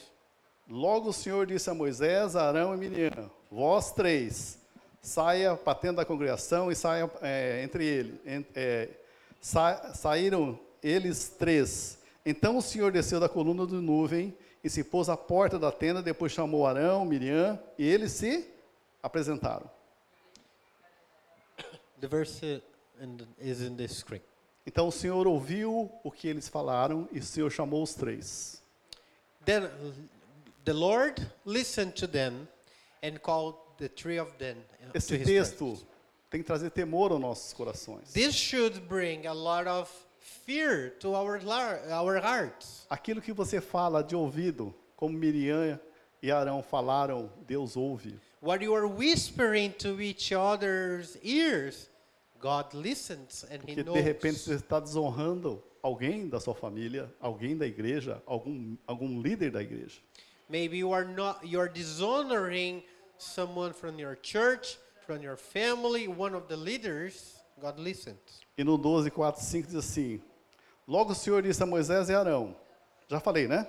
[SPEAKER 1] Logo o Senhor disse a Moisés, Arão e Miriam, vós três, saia para a tenda da congregação e saia é, entre eles. saíram eles três. Então o Senhor desceu da coluna de nuvem e se pôs à porta da tenda, depois chamou Arão, Miriam, e eles se apresentaram.
[SPEAKER 2] The verse uh, in the- is in the script.
[SPEAKER 1] Então o Senhor ouviu o que eles falaram e o Senhor chamou os três.
[SPEAKER 2] Then uh, the Lord listened to them and called the three of them uh, to
[SPEAKER 1] Esse
[SPEAKER 2] his
[SPEAKER 1] texto
[SPEAKER 2] presence.
[SPEAKER 1] tem que trazer temor aos nossos corações.
[SPEAKER 2] This should bring a lot of fear to our, lar- our hearts.
[SPEAKER 1] Aquilo que você fala de ouvido, como Miriam e Arão falaram, Deus ouve.
[SPEAKER 2] What you are whispering to each other's ears, God listens and He
[SPEAKER 1] Porque
[SPEAKER 2] knows.
[SPEAKER 1] de repente você está desonrando alguém da sua família, alguém da igreja, algum, algum líder da igreja.
[SPEAKER 2] Maybe you are not you are dishonoring someone from your church, from your family, one of the leaders. God listens.
[SPEAKER 1] E no 12, 4, 5 diz assim: Logo o Senhor disse a Moisés e Arão. Já falei, né?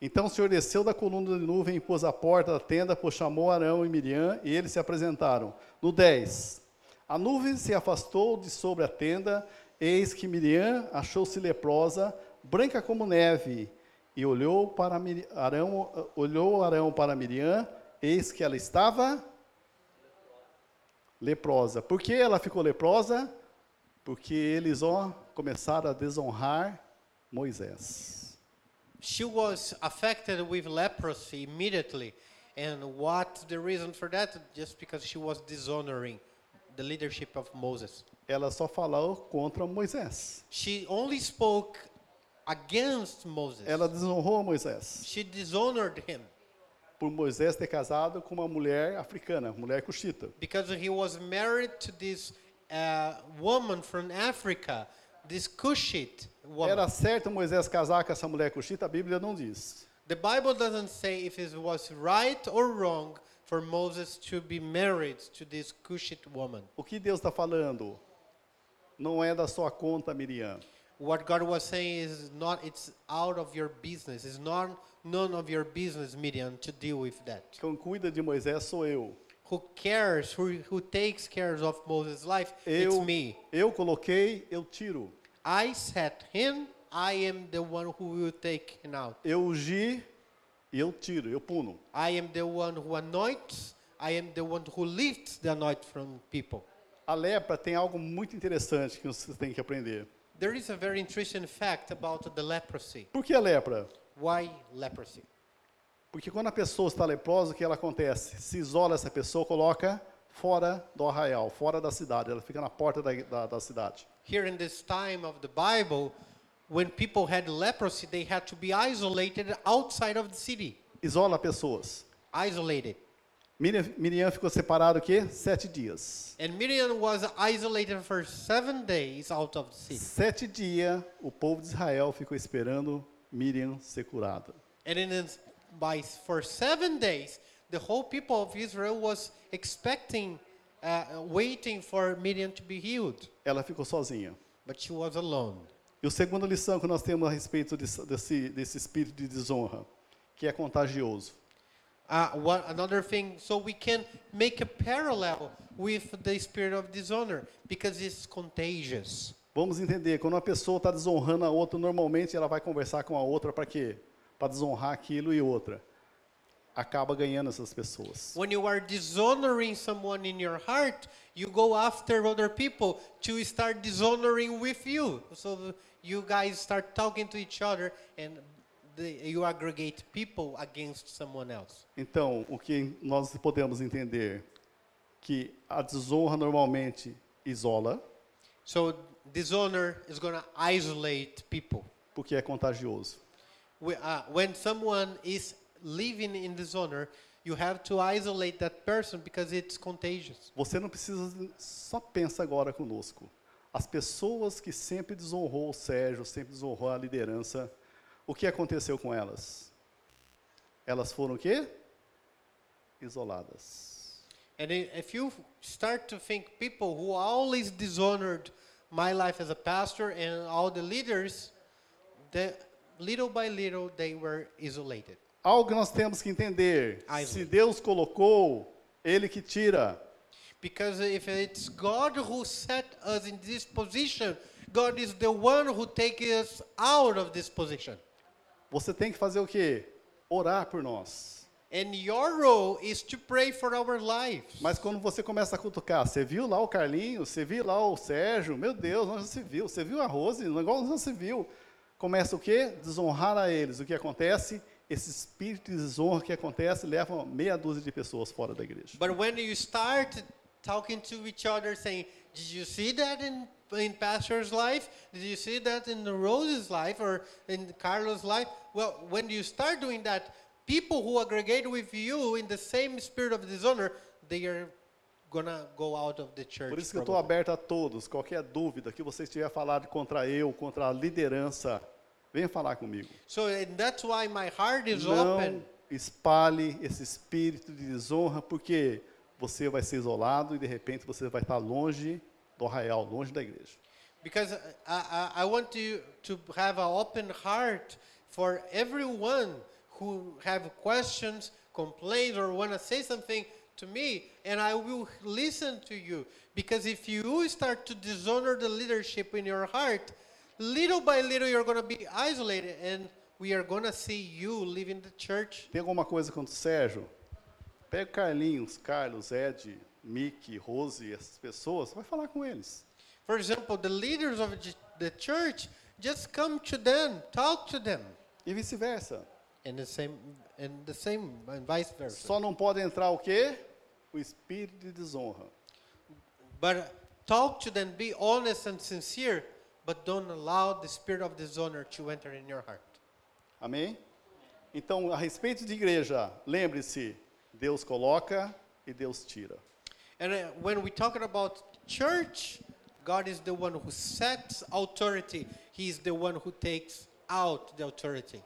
[SPEAKER 1] Então o Senhor desceu da coluna de nuvem e pôs a porta da tenda, pois chamou Arão e Miriam, e eles se apresentaram. No 10, a nuvem se afastou de sobre a tenda, eis que Miriam achou-se leprosa, branca como neve, e olhou para Miri- Arão, olhou Arão para Miriam, eis que ela estava leprosa. Por que ela ficou leprosa? Porque eles ó, começaram a desonrar Moisés.
[SPEAKER 2] She was affected with leprosy immediately. And what the reason for that? Just because she was dishonoring the leadership of Moses.
[SPEAKER 1] Ela só falou contra Moisés.
[SPEAKER 2] She only spoke against Moses.
[SPEAKER 1] Ela desonrou Moisés.
[SPEAKER 2] She dishonored him
[SPEAKER 1] Por Moisés ter casado com uma mulher africana, mulher cuxita.
[SPEAKER 2] because he was married to this uh, woman from Africa, this Cushite woman.
[SPEAKER 1] Era certo Moisés casar com essa mulher cuxita? A Bíblia não diz.
[SPEAKER 2] The Bible doesn't say if it was right or wrong for Moses to be married to this Cushite woman.
[SPEAKER 1] O que Deus está falando? Não é da sua conta, Miriam.
[SPEAKER 2] What God was saying is not it's out of your business. It's not none of your business, Midian, to deal with that.
[SPEAKER 1] Quem cuida de Moisés sou eu.
[SPEAKER 2] Who cares? Who, who takes care of Moses' life?
[SPEAKER 1] Eu,
[SPEAKER 2] It's me.
[SPEAKER 1] eu coloquei, eu tiro.
[SPEAKER 2] I set him. I am the one who will take him out.
[SPEAKER 1] Eu ungi, eu tiro, eu puno.
[SPEAKER 2] I am the one who anoints. I am the one who lifts the anoint from people.
[SPEAKER 1] A lepra tem algo muito interessante que você tem que aprender.
[SPEAKER 2] There is a very interesting fact about the leprosy.
[SPEAKER 1] Por que a lepra?
[SPEAKER 2] Why leprosy?
[SPEAKER 1] Porque quando a pessoa está leprosa, o que ela acontece? Se isola essa pessoa, coloca fora do arraial, fora da cidade. Ela fica na porta da, da, da cidade.
[SPEAKER 2] Here in this time of the Bible, when people had leprosy, they had to be isolated outside of the city.
[SPEAKER 1] Isola pessoas.
[SPEAKER 2] Isolated.
[SPEAKER 1] Miriam, Miriam ficou separada o quê? Sete dias.
[SPEAKER 2] And Miriam was isolated for seven days out of the city.
[SPEAKER 1] Sete dias, o povo de Israel ficou esperando Miriam ser curada.
[SPEAKER 2] And it is by for seven days, the whole people of Israel was expecting, uh, waiting for Miriam to be healed.
[SPEAKER 1] Ela ficou sozinha.
[SPEAKER 2] But she was alone.
[SPEAKER 1] E a segunda lição que nós temos a respeito desse, desse, desse espírito de desonra, que é contagioso.
[SPEAKER 2] Uh, one, another thing, so we can make a parallel with the spirit of dishonor because it's contagious.
[SPEAKER 1] Vamos entender, quando uma pessoa está desonrando a outra, normalmente ela vai conversar com a outra para quê? Para desonrar aquilo e outra. acaba ganhando essas pessoas.
[SPEAKER 2] When you are dishonoring someone in your heart, you go after other people to start dishonoring with you. So you guys start talking to each other and the, you aggregate people against someone else.
[SPEAKER 1] Então, o que nós podemos entender que a desonra normalmente isola,
[SPEAKER 2] So dishonor is going to isolate people.
[SPEAKER 1] porque é contagioso.
[SPEAKER 2] We- uh, When someone is living in dishonor, you have to isolate that person because it's contagious.
[SPEAKER 1] Você não precisa só pensa agora conosco. As pessoas que sempre desonrou o Sérgio, sempre desonrou a liderança, o que aconteceu com elas? Elas foram o quê? Isoladas.
[SPEAKER 2] And i- if you start to think people who always dishonored my life as a pastor and all the leaders, the, little by little they were isolated.
[SPEAKER 1] Algo que nós temos que entender.
[SPEAKER 2] Ai,
[SPEAKER 1] Se
[SPEAKER 2] Luiz.
[SPEAKER 1] Deus colocou, ele que tira.
[SPEAKER 2] Because if it's God who set us in this position, God is the one who takes us out of this position.
[SPEAKER 1] Você tem que fazer o quê? Orar por nós.
[SPEAKER 2] And your role is to pray for our lives.
[SPEAKER 1] Mas quando você começa a cutucar, você viu lá o Carlinhos, você viu lá o Sérgio, meu Deus, onde você viu? Você viu a Rose, é igual onde você viu? Começa o quê? Desonrar a eles. O que acontece? Esse espírito de desonra que acontece leva meia dúzia de pessoas fora da igreja.
[SPEAKER 2] But when you start talking to each other, saying, "Did you see that in in Pastor's life? Did you see that in the Rose's life or in Carlos' life?" Well, when you start doing that, people who aggregate with you in the same spirit of dishonor, they are gonna go out of the church.
[SPEAKER 1] Por isso que eu estou
[SPEAKER 2] probably.
[SPEAKER 1] aberto a todos. Qualquer dúvida que vocês tiverem falado contra eu, contra a liderança, venha falar comigo.
[SPEAKER 2] So and that's why my heart is
[SPEAKER 1] Não
[SPEAKER 2] open.
[SPEAKER 1] espalhe esse espírito de desonra, porque você vai ser isolado e de repente você vai estar longe do arraial, longe da igreja.
[SPEAKER 2] because I, I, I want you to have an open heart for everyone who have questions, complaints, or want to say something to me, and I will listen to you. Because if you start to dishonor the leadership in your heart, little by little you're going to be isolated, and we are going to see you leaving the church.
[SPEAKER 1] Tem alguma coisa contra o Sérgio? Pega o Carlinhos, Carlos, Ed, Mick, Rose, essas pessoas, vai falar com eles.
[SPEAKER 2] For example, the leaders of the- the church, just come to them, talk to them.
[SPEAKER 1] E vice-versa.
[SPEAKER 2] And the same, and the same, and vice versa.
[SPEAKER 1] Só não pode entrar o quê? O espírito de desonra.
[SPEAKER 2] But talk to them, be honest and sincere, but don't allow the spirit of dishonor to enter in your heart.
[SPEAKER 1] Amém? Então, a respeito de igreja, lembre-se, Deus coloca e Deus tira.
[SPEAKER 2] And uh, when we're talking about church, God is the one who sets authority, He is the one who takes out the authority.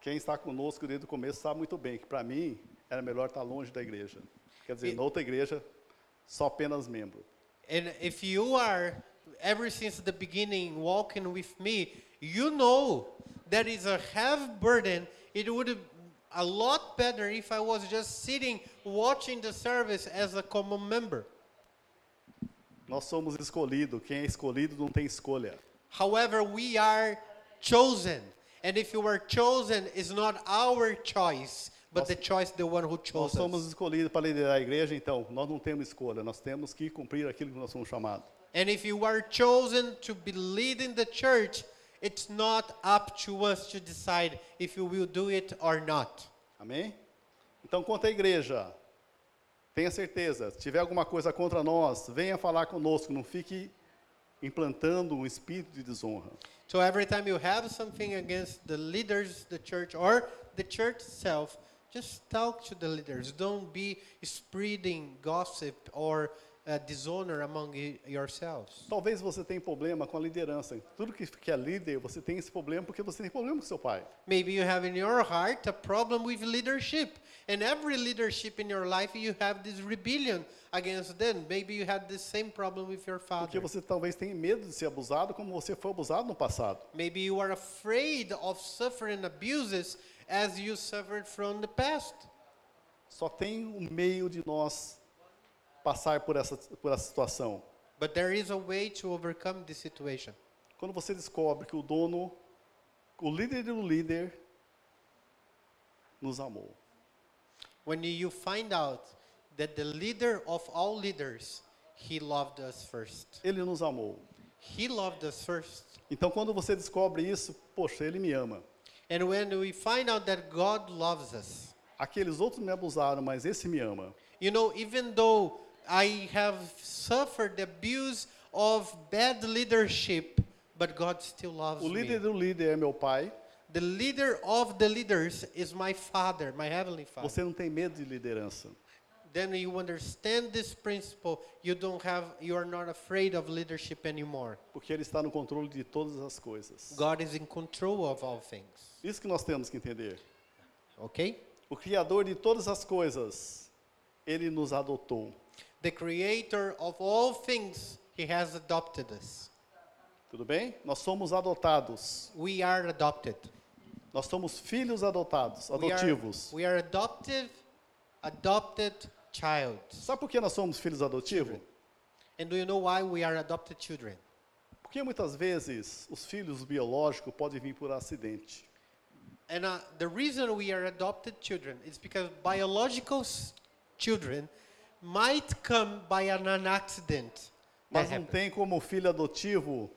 [SPEAKER 1] Quem está conosco desde o começo sabe muito bem que para mim era melhor estar longe da igreja. Quer dizer,
[SPEAKER 2] E-
[SPEAKER 1] na outra igreja, só apenas membro.
[SPEAKER 2] And if you are ever since the beginning walking with me, you know that is a heavy burden. It would have a lot better if I was just sitting watching the service as a common member.
[SPEAKER 1] Nós somos escolhidos. Quem é escolhido não tem escolha.
[SPEAKER 2] However, we are chosen. And if you were chosen, it's not our choice, but the choice the one who
[SPEAKER 1] Nós
[SPEAKER 2] chose
[SPEAKER 1] somos
[SPEAKER 2] us.
[SPEAKER 1] escolhidos para liderar a igreja, então nós não temos escolha. Nós temos que cumprir aquilo que nós somos chamados.
[SPEAKER 2] And if you were chosen to be leading the church, it's not up to us to decide if you will do it or not.
[SPEAKER 1] Amém? Então, quanto à igreja, tenha certeza. Se tiver alguma coisa contra nós, venha falar conosco. Não fique implantando um espírito de desonra.
[SPEAKER 2] So every time you have something against the leaders, the church, or the church itself, just talk to the leaders. Don't be spreading gossip or uh, dishonor among y- yourselves.
[SPEAKER 1] Talvez você tenha problema com a liderança. Tudo que, que é líder, você tem esse problema porque você tem problema com seu pai.
[SPEAKER 2] Maybe you have in your heart a problem with leadership. And every leadership in your life, you have this rebellion against them. Maybe you had the same problem with your
[SPEAKER 1] Porque
[SPEAKER 2] father.
[SPEAKER 1] você talvez tenha medo de ser abusado como você foi abusado no passado.
[SPEAKER 2] Maybe you are afraid of suffering abuses as you suffered from the past.
[SPEAKER 1] Só tem um meio de nós passar por essa, por essa situação.
[SPEAKER 2] But there is a way to overcome this situation.
[SPEAKER 1] Quando você descobre que o dono, o líder do líder, nos amou.
[SPEAKER 2] when you find out that the leader of all leaders, he loved us first.
[SPEAKER 1] Ele nos amou.
[SPEAKER 2] He loved us first.
[SPEAKER 1] Então, quando você descobre isso, poxa, ele me ama.
[SPEAKER 2] And when we find out that God loves us,
[SPEAKER 1] Aqueles outros me abusaram, mas esse me ama.
[SPEAKER 2] you know, even though I have suffered the abuse of bad leadership, but God still loves
[SPEAKER 1] O líder
[SPEAKER 2] me.
[SPEAKER 1] do líder é meu pai.
[SPEAKER 2] The leader of the leaders is my Father, my Heavenly Father.
[SPEAKER 1] Você não tem medo de liderança.
[SPEAKER 2] then you understand this principle you don't have you are not afraid of leadership anymore
[SPEAKER 1] Porque ele está no controle de todas as coisas.
[SPEAKER 2] god is in control of all things
[SPEAKER 1] Isso que nós temos que entender.
[SPEAKER 2] okay
[SPEAKER 1] O Criador de todas as coisas, ele nos adotou.
[SPEAKER 2] the creator of all things he has adopted us
[SPEAKER 1] Tudo bem? Nós somos adotados.
[SPEAKER 2] we are adopted
[SPEAKER 1] Nós somos filhos adotados,
[SPEAKER 2] we are,
[SPEAKER 1] adotivos.
[SPEAKER 2] we are adoptive adopted child
[SPEAKER 1] Sabe por que nós somos filhos adotivos?
[SPEAKER 2] and do you know why we are adopted children
[SPEAKER 1] Porque muitas vezes os filhos biológicos podem vir por acidente.
[SPEAKER 2] and uh, the reason we are adopted children is because biological s- children might come by an, an accident that
[SPEAKER 1] Mas não
[SPEAKER 2] happened.
[SPEAKER 1] tem como o filho adotivo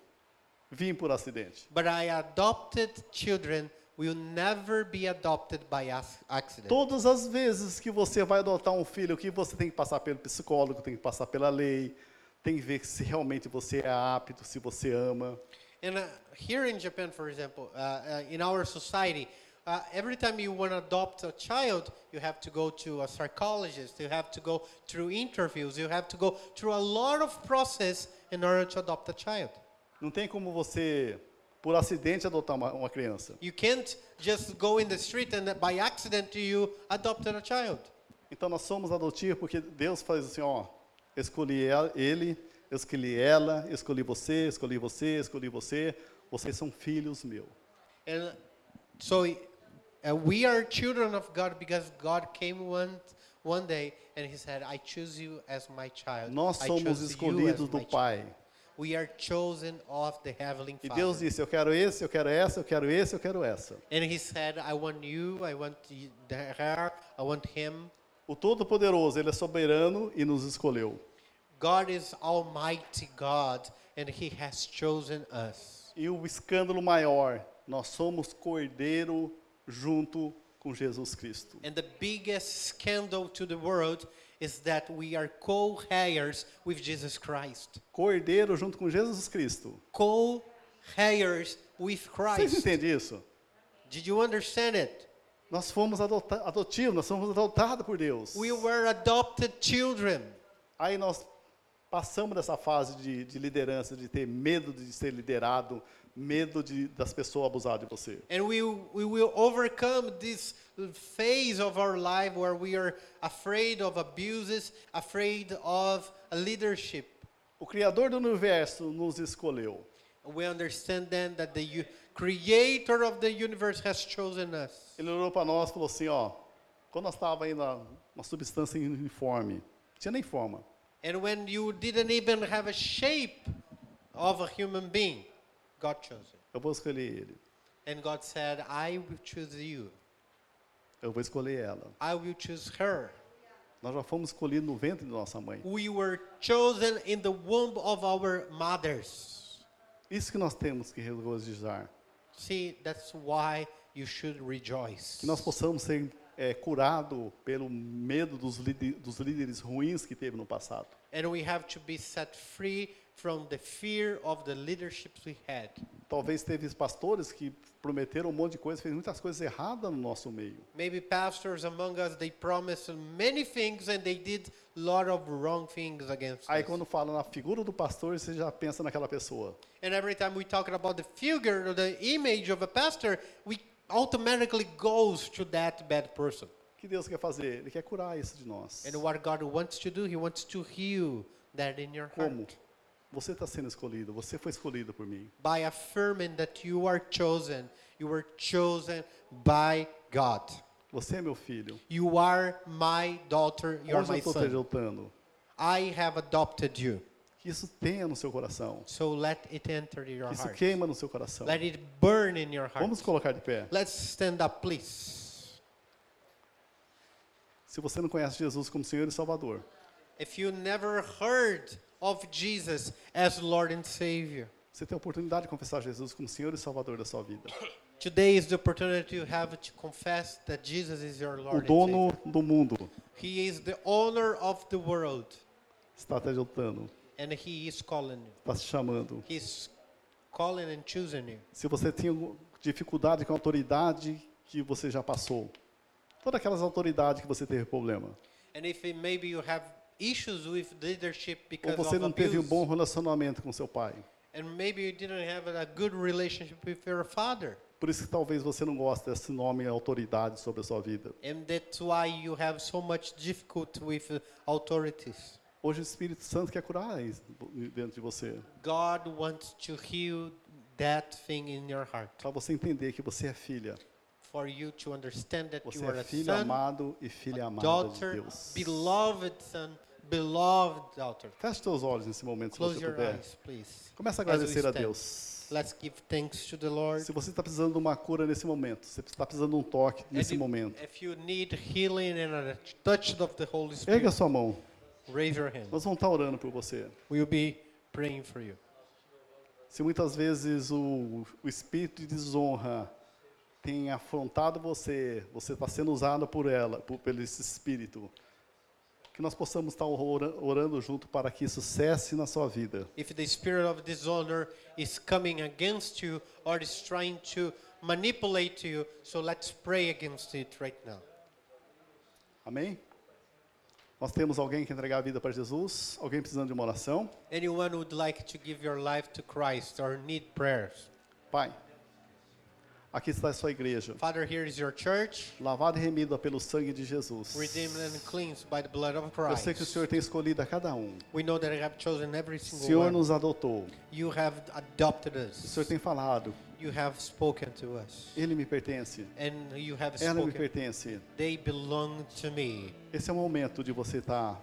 [SPEAKER 1] vir por acidente.
[SPEAKER 2] But I adopted children will never be adopted by ac- accident.
[SPEAKER 1] Todas as vezes que você vai adotar um filho, que você tem que passar pelo psicólogo, tem que passar pela lei, tem que ver se realmente você é apto, se você ama.
[SPEAKER 2] And uh, here in Japan, for example, uh, uh, in our society, uh, every time you want to adopt a child, you have to go to a psychologist, you have to go through interviews, you have to go through a lot of process in order to adopt a child.
[SPEAKER 1] Não tem como você, por acidente, adotar uma, uma criança.
[SPEAKER 2] You can't just go in the street and uh, by accident you adopted a child.
[SPEAKER 1] Então nós somos adotivos porque Deus faz assim, ó, escolhi el- ele, escolhi ela, escolhi você, escolhi você, escolhi você, vocês são filhos meus.
[SPEAKER 2] And so uh, we are children of God because God came one, one day and he said, I choose you as my child.
[SPEAKER 1] Nós
[SPEAKER 2] I
[SPEAKER 1] somos
[SPEAKER 2] choose you as
[SPEAKER 1] escolhidos do
[SPEAKER 2] my child."
[SPEAKER 1] Pai.
[SPEAKER 2] We are chosen of the Heavenly
[SPEAKER 1] E
[SPEAKER 2] Father.
[SPEAKER 1] Deus disse, eu quero esse, eu quero essa, eu quero esse, eu quero essa.
[SPEAKER 2] and he said, I want you, I want y- the- her, I want him.
[SPEAKER 1] O Todo-Poderoso, Ele é soberano e nos escolheu.
[SPEAKER 2] God is Almighty God and he has chosen us.
[SPEAKER 1] E o escândalo maior, nós somos cordeiro junto com Jesus Cristo.
[SPEAKER 2] And the biggest scandal to the world is that we are co heirs with Jesus Christ.
[SPEAKER 1] Cordeiro junto com Jesus Cristo.
[SPEAKER 2] Co heirs with
[SPEAKER 1] Vocês
[SPEAKER 2] Christ.
[SPEAKER 1] entendem isso?
[SPEAKER 2] Did you understand it?
[SPEAKER 1] Nós fomos adota- adotivos, nós fomos adotados por Deus.
[SPEAKER 2] We were adopted children.
[SPEAKER 1] Aí nós passamos dessa fase de, de liderança, de ter medo de ser liderado, medo de, das pessoas abusar de você.
[SPEAKER 2] And we, we will overcome this phase of our life where we are afraid of abuses, afraid of leadership.
[SPEAKER 1] O Criador do Universo nos escolheu.
[SPEAKER 2] We understand then that the u- creator of the universe has chosen us.
[SPEAKER 1] Ele olhou para nós e falou assim, ó, quando nós estávamos ainda uma substância uniforme, tinha nem forma.
[SPEAKER 2] And when you didn't even have a shape of a human being, God chose it.
[SPEAKER 1] Eu vou escolher ele,
[SPEAKER 2] And God said, I will choose you.
[SPEAKER 1] eu vou escolher ela.
[SPEAKER 2] I will choose her.
[SPEAKER 1] Nós já fomos escolhidos no ventre de nossa mãe.
[SPEAKER 2] We were chosen in the womb of our mothers.
[SPEAKER 1] Isso que nós temos que regozijar.
[SPEAKER 2] See, that's why you should rejoice.
[SPEAKER 1] Que nós possamos ser é, curado pelo medo dos, lide- dos líderes ruins que teve no passado.
[SPEAKER 2] And we have to be set free from the fear of the leaderships we had.
[SPEAKER 1] Talvez teve pastores que prometeram um monte de coisa, fez muitas coisas erradas no nosso meio.
[SPEAKER 2] Maybe pastors among us they promised many things and they did a lot of wrong things against
[SPEAKER 1] Aí
[SPEAKER 2] us.
[SPEAKER 1] quando fala na figura do pastor, você já pensa naquela pessoa.
[SPEAKER 2] And every time we talk about the figure or the image of a pastor, we automatically goes to that bad person.
[SPEAKER 1] O que Deus quer fazer? Ele quer curar isso de nós.
[SPEAKER 2] And what God wants to do, He wants to heal that in your heart.
[SPEAKER 1] Como? Você está sendo escolhido, você foi escolhido por mim.
[SPEAKER 2] by affirming that you are chosen. You were chosen by God.
[SPEAKER 1] Você é meu filho.
[SPEAKER 2] You are my daughter. You are
[SPEAKER 1] Hoje eu
[SPEAKER 2] my
[SPEAKER 1] estou te
[SPEAKER 2] son.
[SPEAKER 1] adotando.
[SPEAKER 2] I have adopted you.
[SPEAKER 1] Que isso tenha no seu coração.
[SPEAKER 2] So let it enter your
[SPEAKER 1] Que isso
[SPEAKER 2] heart.
[SPEAKER 1] queima no seu coração.
[SPEAKER 2] Let it burn in your heart.
[SPEAKER 1] Vamos colocar de pé.
[SPEAKER 2] Let's stand up, please.
[SPEAKER 1] se você não conhece Jesus como Senhor e Salvador,
[SPEAKER 2] If you never heard of Jesus as Lord and Savior,
[SPEAKER 1] você tem a oportunidade de confessar Jesus como Senhor e Salvador da sua vida.
[SPEAKER 2] today is the opportunity you have to confess that Jesus is your
[SPEAKER 1] O
[SPEAKER 2] Lord and
[SPEAKER 1] dono
[SPEAKER 2] Savior.
[SPEAKER 1] do mundo
[SPEAKER 2] He is the owner of the world
[SPEAKER 1] está te ajudando,
[SPEAKER 2] and he is calling you.
[SPEAKER 1] está te chamando.
[SPEAKER 2] He's calling and choosing you.
[SPEAKER 1] Se você tem alguma dificuldade com a autoridade que você já passou, todas aquelas autoridades que você teve problema,
[SPEAKER 2] And if it- maybe you have issues with leadership
[SPEAKER 1] ou
[SPEAKER 2] because
[SPEAKER 1] você
[SPEAKER 2] of
[SPEAKER 1] não teve um
[SPEAKER 2] abuse,
[SPEAKER 1] bom relacionamento com seu pai,
[SPEAKER 2] and maybe you didn't have a good relationship with your father,
[SPEAKER 1] por isso que talvez você não goste desse nome autoridade sobre a sua vida.
[SPEAKER 2] and that's why you have so much difficulty with uh, authorities.
[SPEAKER 1] Hoje o Espírito Santo quer curar isso dentro de você,
[SPEAKER 2] God wants to heal that thing in your heart
[SPEAKER 1] para você entender que você é filha,
[SPEAKER 2] for you to understand that
[SPEAKER 1] você
[SPEAKER 2] you are
[SPEAKER 1] é
[SPEAKER 2] a
[SPEAKER 1] filho
[SPEAKER 2] son,
[SPEAKER 1] amado e filha amada de
[SPEAKER 2] daughter,
[SPEAKER 1] Deus.
[SPEAKER 2] beloved son, beloved daughter.
[SPEAKER 1] Feche seus olhos nesse momento, se
[SPEAKER 2] Close
[SPEAKER 1] você
[SPEAKER 2] your
[SPEAKER 1] puder.
[SPEAKER 2] eyes, please.
[SPEAKER 1] Começa a
[SPEAKER 2] as we
[SPEAKER 1] agradecer a
[SPEAKER 2] stand.
[SPEAKER 1] Deus.
[SPEAKER 2] Let's give thanks to the Lord.
[SPEAKER 1] Se você está precisando de uma cura nesse momento, você está precisando de um toque nesse
[SPEAKER 2] if,
[SPEAKER 1] momento,
[SPEAKER 2] if you need healing and a touch of the Holy Spirit,
[SPEAKER 1] erga sua mão.
[SPEAKER 2] raise your hand.
[SPEAKER 1] Nós vamos estar orando por você.
[SPEAKER 2] We'll be praying for you.
[SPEAKER 1] Se muitas vezes o, o espírito de desonra tem afrontado você, você está sendo usado por ela, por, pelo esse espírito, que nós possamos estar ora- orando junto para que isso cesse na sua vida.
[SPEAKER 2] If the spirit of dishonor is coming against you or is trying to manipulate you, so let's pray against it right now.
[SPEAKER 1] Amém? Nós temos alguém que entregar a vida para Jesus, alguém precisando de uma oração.
[SPEAKER 2] Anyone would like to give your life to Christ or need prayers?
[SPEAKER 1] Pai, aqui está a sua igreja.
[SPEAKER 2] Father, here is your church,
[SPEAKER 1] lavada e remida pelo sangue de Jesus.
[SPEAKER 2] redeemed and cleansed by the blood of
[SPEAKER 1] Eu
[SPEAKER 2] Christ.
[SPEAKER 1] sei que o Senhor tem escolhido a cada um.
[SPEAKER 2] We know that you have chosen every
[SPEAKER 1] O
[SPEAKER 2] single
[SPEAKER 1] Senhor
[SPEAKER 2] one.
[SPEAKER 1] nos adotou.
[SPEAKER 2] You have adopted
[SPEAKER 1] O
[SPEAKER 2] us.
[SPEAKER 1] Senhor tem falado.
[SPEAKER 2] You have spoken to us.
[SPEAKER 1] Ele me pertence.
[SPEAKER 2] And you have
[SPEAKER 1] Ela me
[SPEAKER 2] spoken.
[SPEAKER 1] pertence.
[SPEAKER 2] They belong to me.
[SPEAKER 1] Esse é o momento de você estar.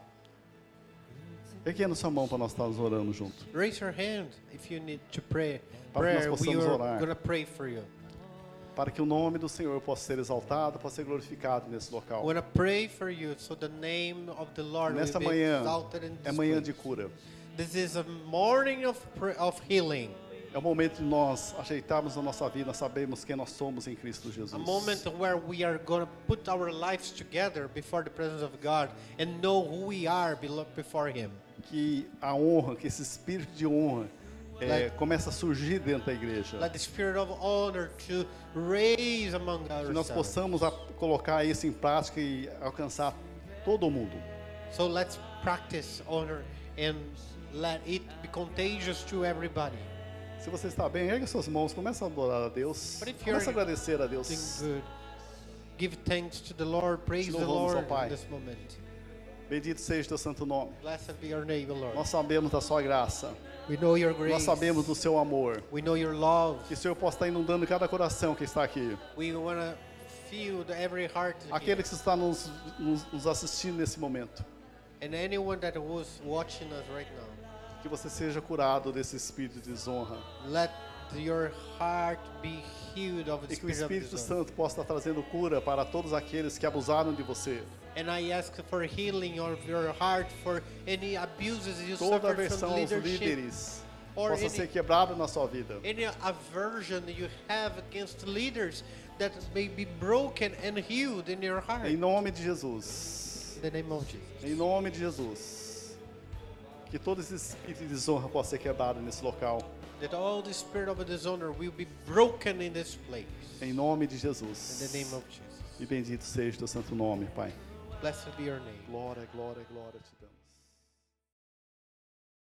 [SPEAKER 1] Erguendo sua mão para nós estarmos orando junto.
[SPEAKER 2] Raise your hand if you need to pray.
[SPEAKER 1] Para que nós
[SPEAKER 2] Prayer, we
[SPEAKER 1] possamos
[SPEAKER 2] are
[SPEAKER 1] orar.
[SPEAKER 2] going to pray for you.
[SPEAKER 1] Para que o nome do Senhor possa ser exaltado, possa ser glorificado nesse local.
[SPEAKER 2] We're going to pray for you so the name of the Lord
[SPEAKER 1] Nesta
[SPEAKER 2] will be
[SPEAKER 1] manhã
[SPEAKER 2] exalted and
[SPEAKER 1] é manhã
[SPEAKER 2] displayed.
[SPEAKER 1] de cura.
[SPEAKER 2] This is a morning of, pr- of healing,
[SPEAKER 1] É o momento de nós ajeitarmos a nossa vida, sabemos quem nós somos em Cristo Jesus.
[SPEAKER 2] a moment where we are going to put our lives together before the presence of God and know who we are belo- before Him.
[SPEAKER 1] que a honra, que esse espírito de honra é, começa a surgir dentro da igreja.
[SPEAKER 2] Let the spirit of honor to raise among
[SPEAKER 1] Que nós
[SPEAKER 2] ourselves.
[SPEAKER 1] possamos a- colocar isso em prática e alcançar todo mundo.
[SPEAKER 2] So let's practice honor and let it be contagious to everybody.
[SPEAKER 1] Se você está bem, ergue suas mãos, começa a adorar a Deus,
[SPEAKER 2] But if you're
[SPEAKER 1] começa a agradecer a
[SPEAKER 2] Doing
[SPEAKER 1] Deus.
[SPEAKER 2] good. Give thanks to the Lord. Praise the
[SPEAKER 1] louvamos ao
[SPEAKER 2] Lord
[SPEAKER 1] Pai.
[SPEAKER 2] in this moment.
[SPEAKER 1] Bendito seja o teu santo nome.
[SPEAKER 2] Blessed be your name, O Lord.
[SPEAKER 1] Nós sabemos da sua graça,
[SPEAKER 2] We know your
[SPEAKER 1] nós
[SPEAKER 2] grace.
[SPEAKER 1] sabemos do seu amor.
[SPEAKER 2] We know your love.
[SPEAKER 1] Que o Senhor possa estar inundando cada coração que está aqui.
[SPEAKER 2] We want to feel the every heart here.
[SPEAKER 1] Aquele que está nos, nos- nos assistindo nesse momento.
[SPEAKER 2] and anyone that was watching us right now.
[SPEAKER 1] Que você seja curado desse espírito de desonra.
[SPEAKER 2] Let your heart be healed of the
[SPEAKER 1] E que o
[SPEAKER 2] spirit of
[SPEAKER 1] Espírito
[SPEAKER 2] disorder.
[SPEAKER 1] Santo possa estar trazendo cura para todos aqueles que abusaram de você.
[SPEAKER 2] And I ask for healing of your heart for any abuses you
[SPEAKER 1] Toda
[SPEAKER 2] suffered from
[SPEAKER 1] aversão aos
[SPEAKER 2] leadership
[SPEAKER 1] líderes
[SPEAKER 2] or
[SPEAKER 1] possa
[SPEAKER 2] any-
[SPEAKER 1] ser quebrada na sua vida.
[SPEAKER 2] any aversion you have against leaders that may be broken and healed in your heart.
[SPEAKER 1] Em nome de Jesus.
[SPEAKER 2] In the name of Jesus.
[SPEAKER 1] Em nome de Jesus. Que todo esse espírito de desonra possa ser quebrado nesse local.
[SPEAKER 2] That all the spirit of dishonor will be broken in this place.
[SPEAKER 1] Em nome de
[SPEAKER 2] In the
[SPEAKER 1] Jesus.
[SPEAKER 2] name of Jesus.
[SPEAKER 1] E bendito seja o teu santo nome, Pai.
[SPEAKER 2] Blessed be your name.
[SPEAKER 1] Glória, glória, glória te damos.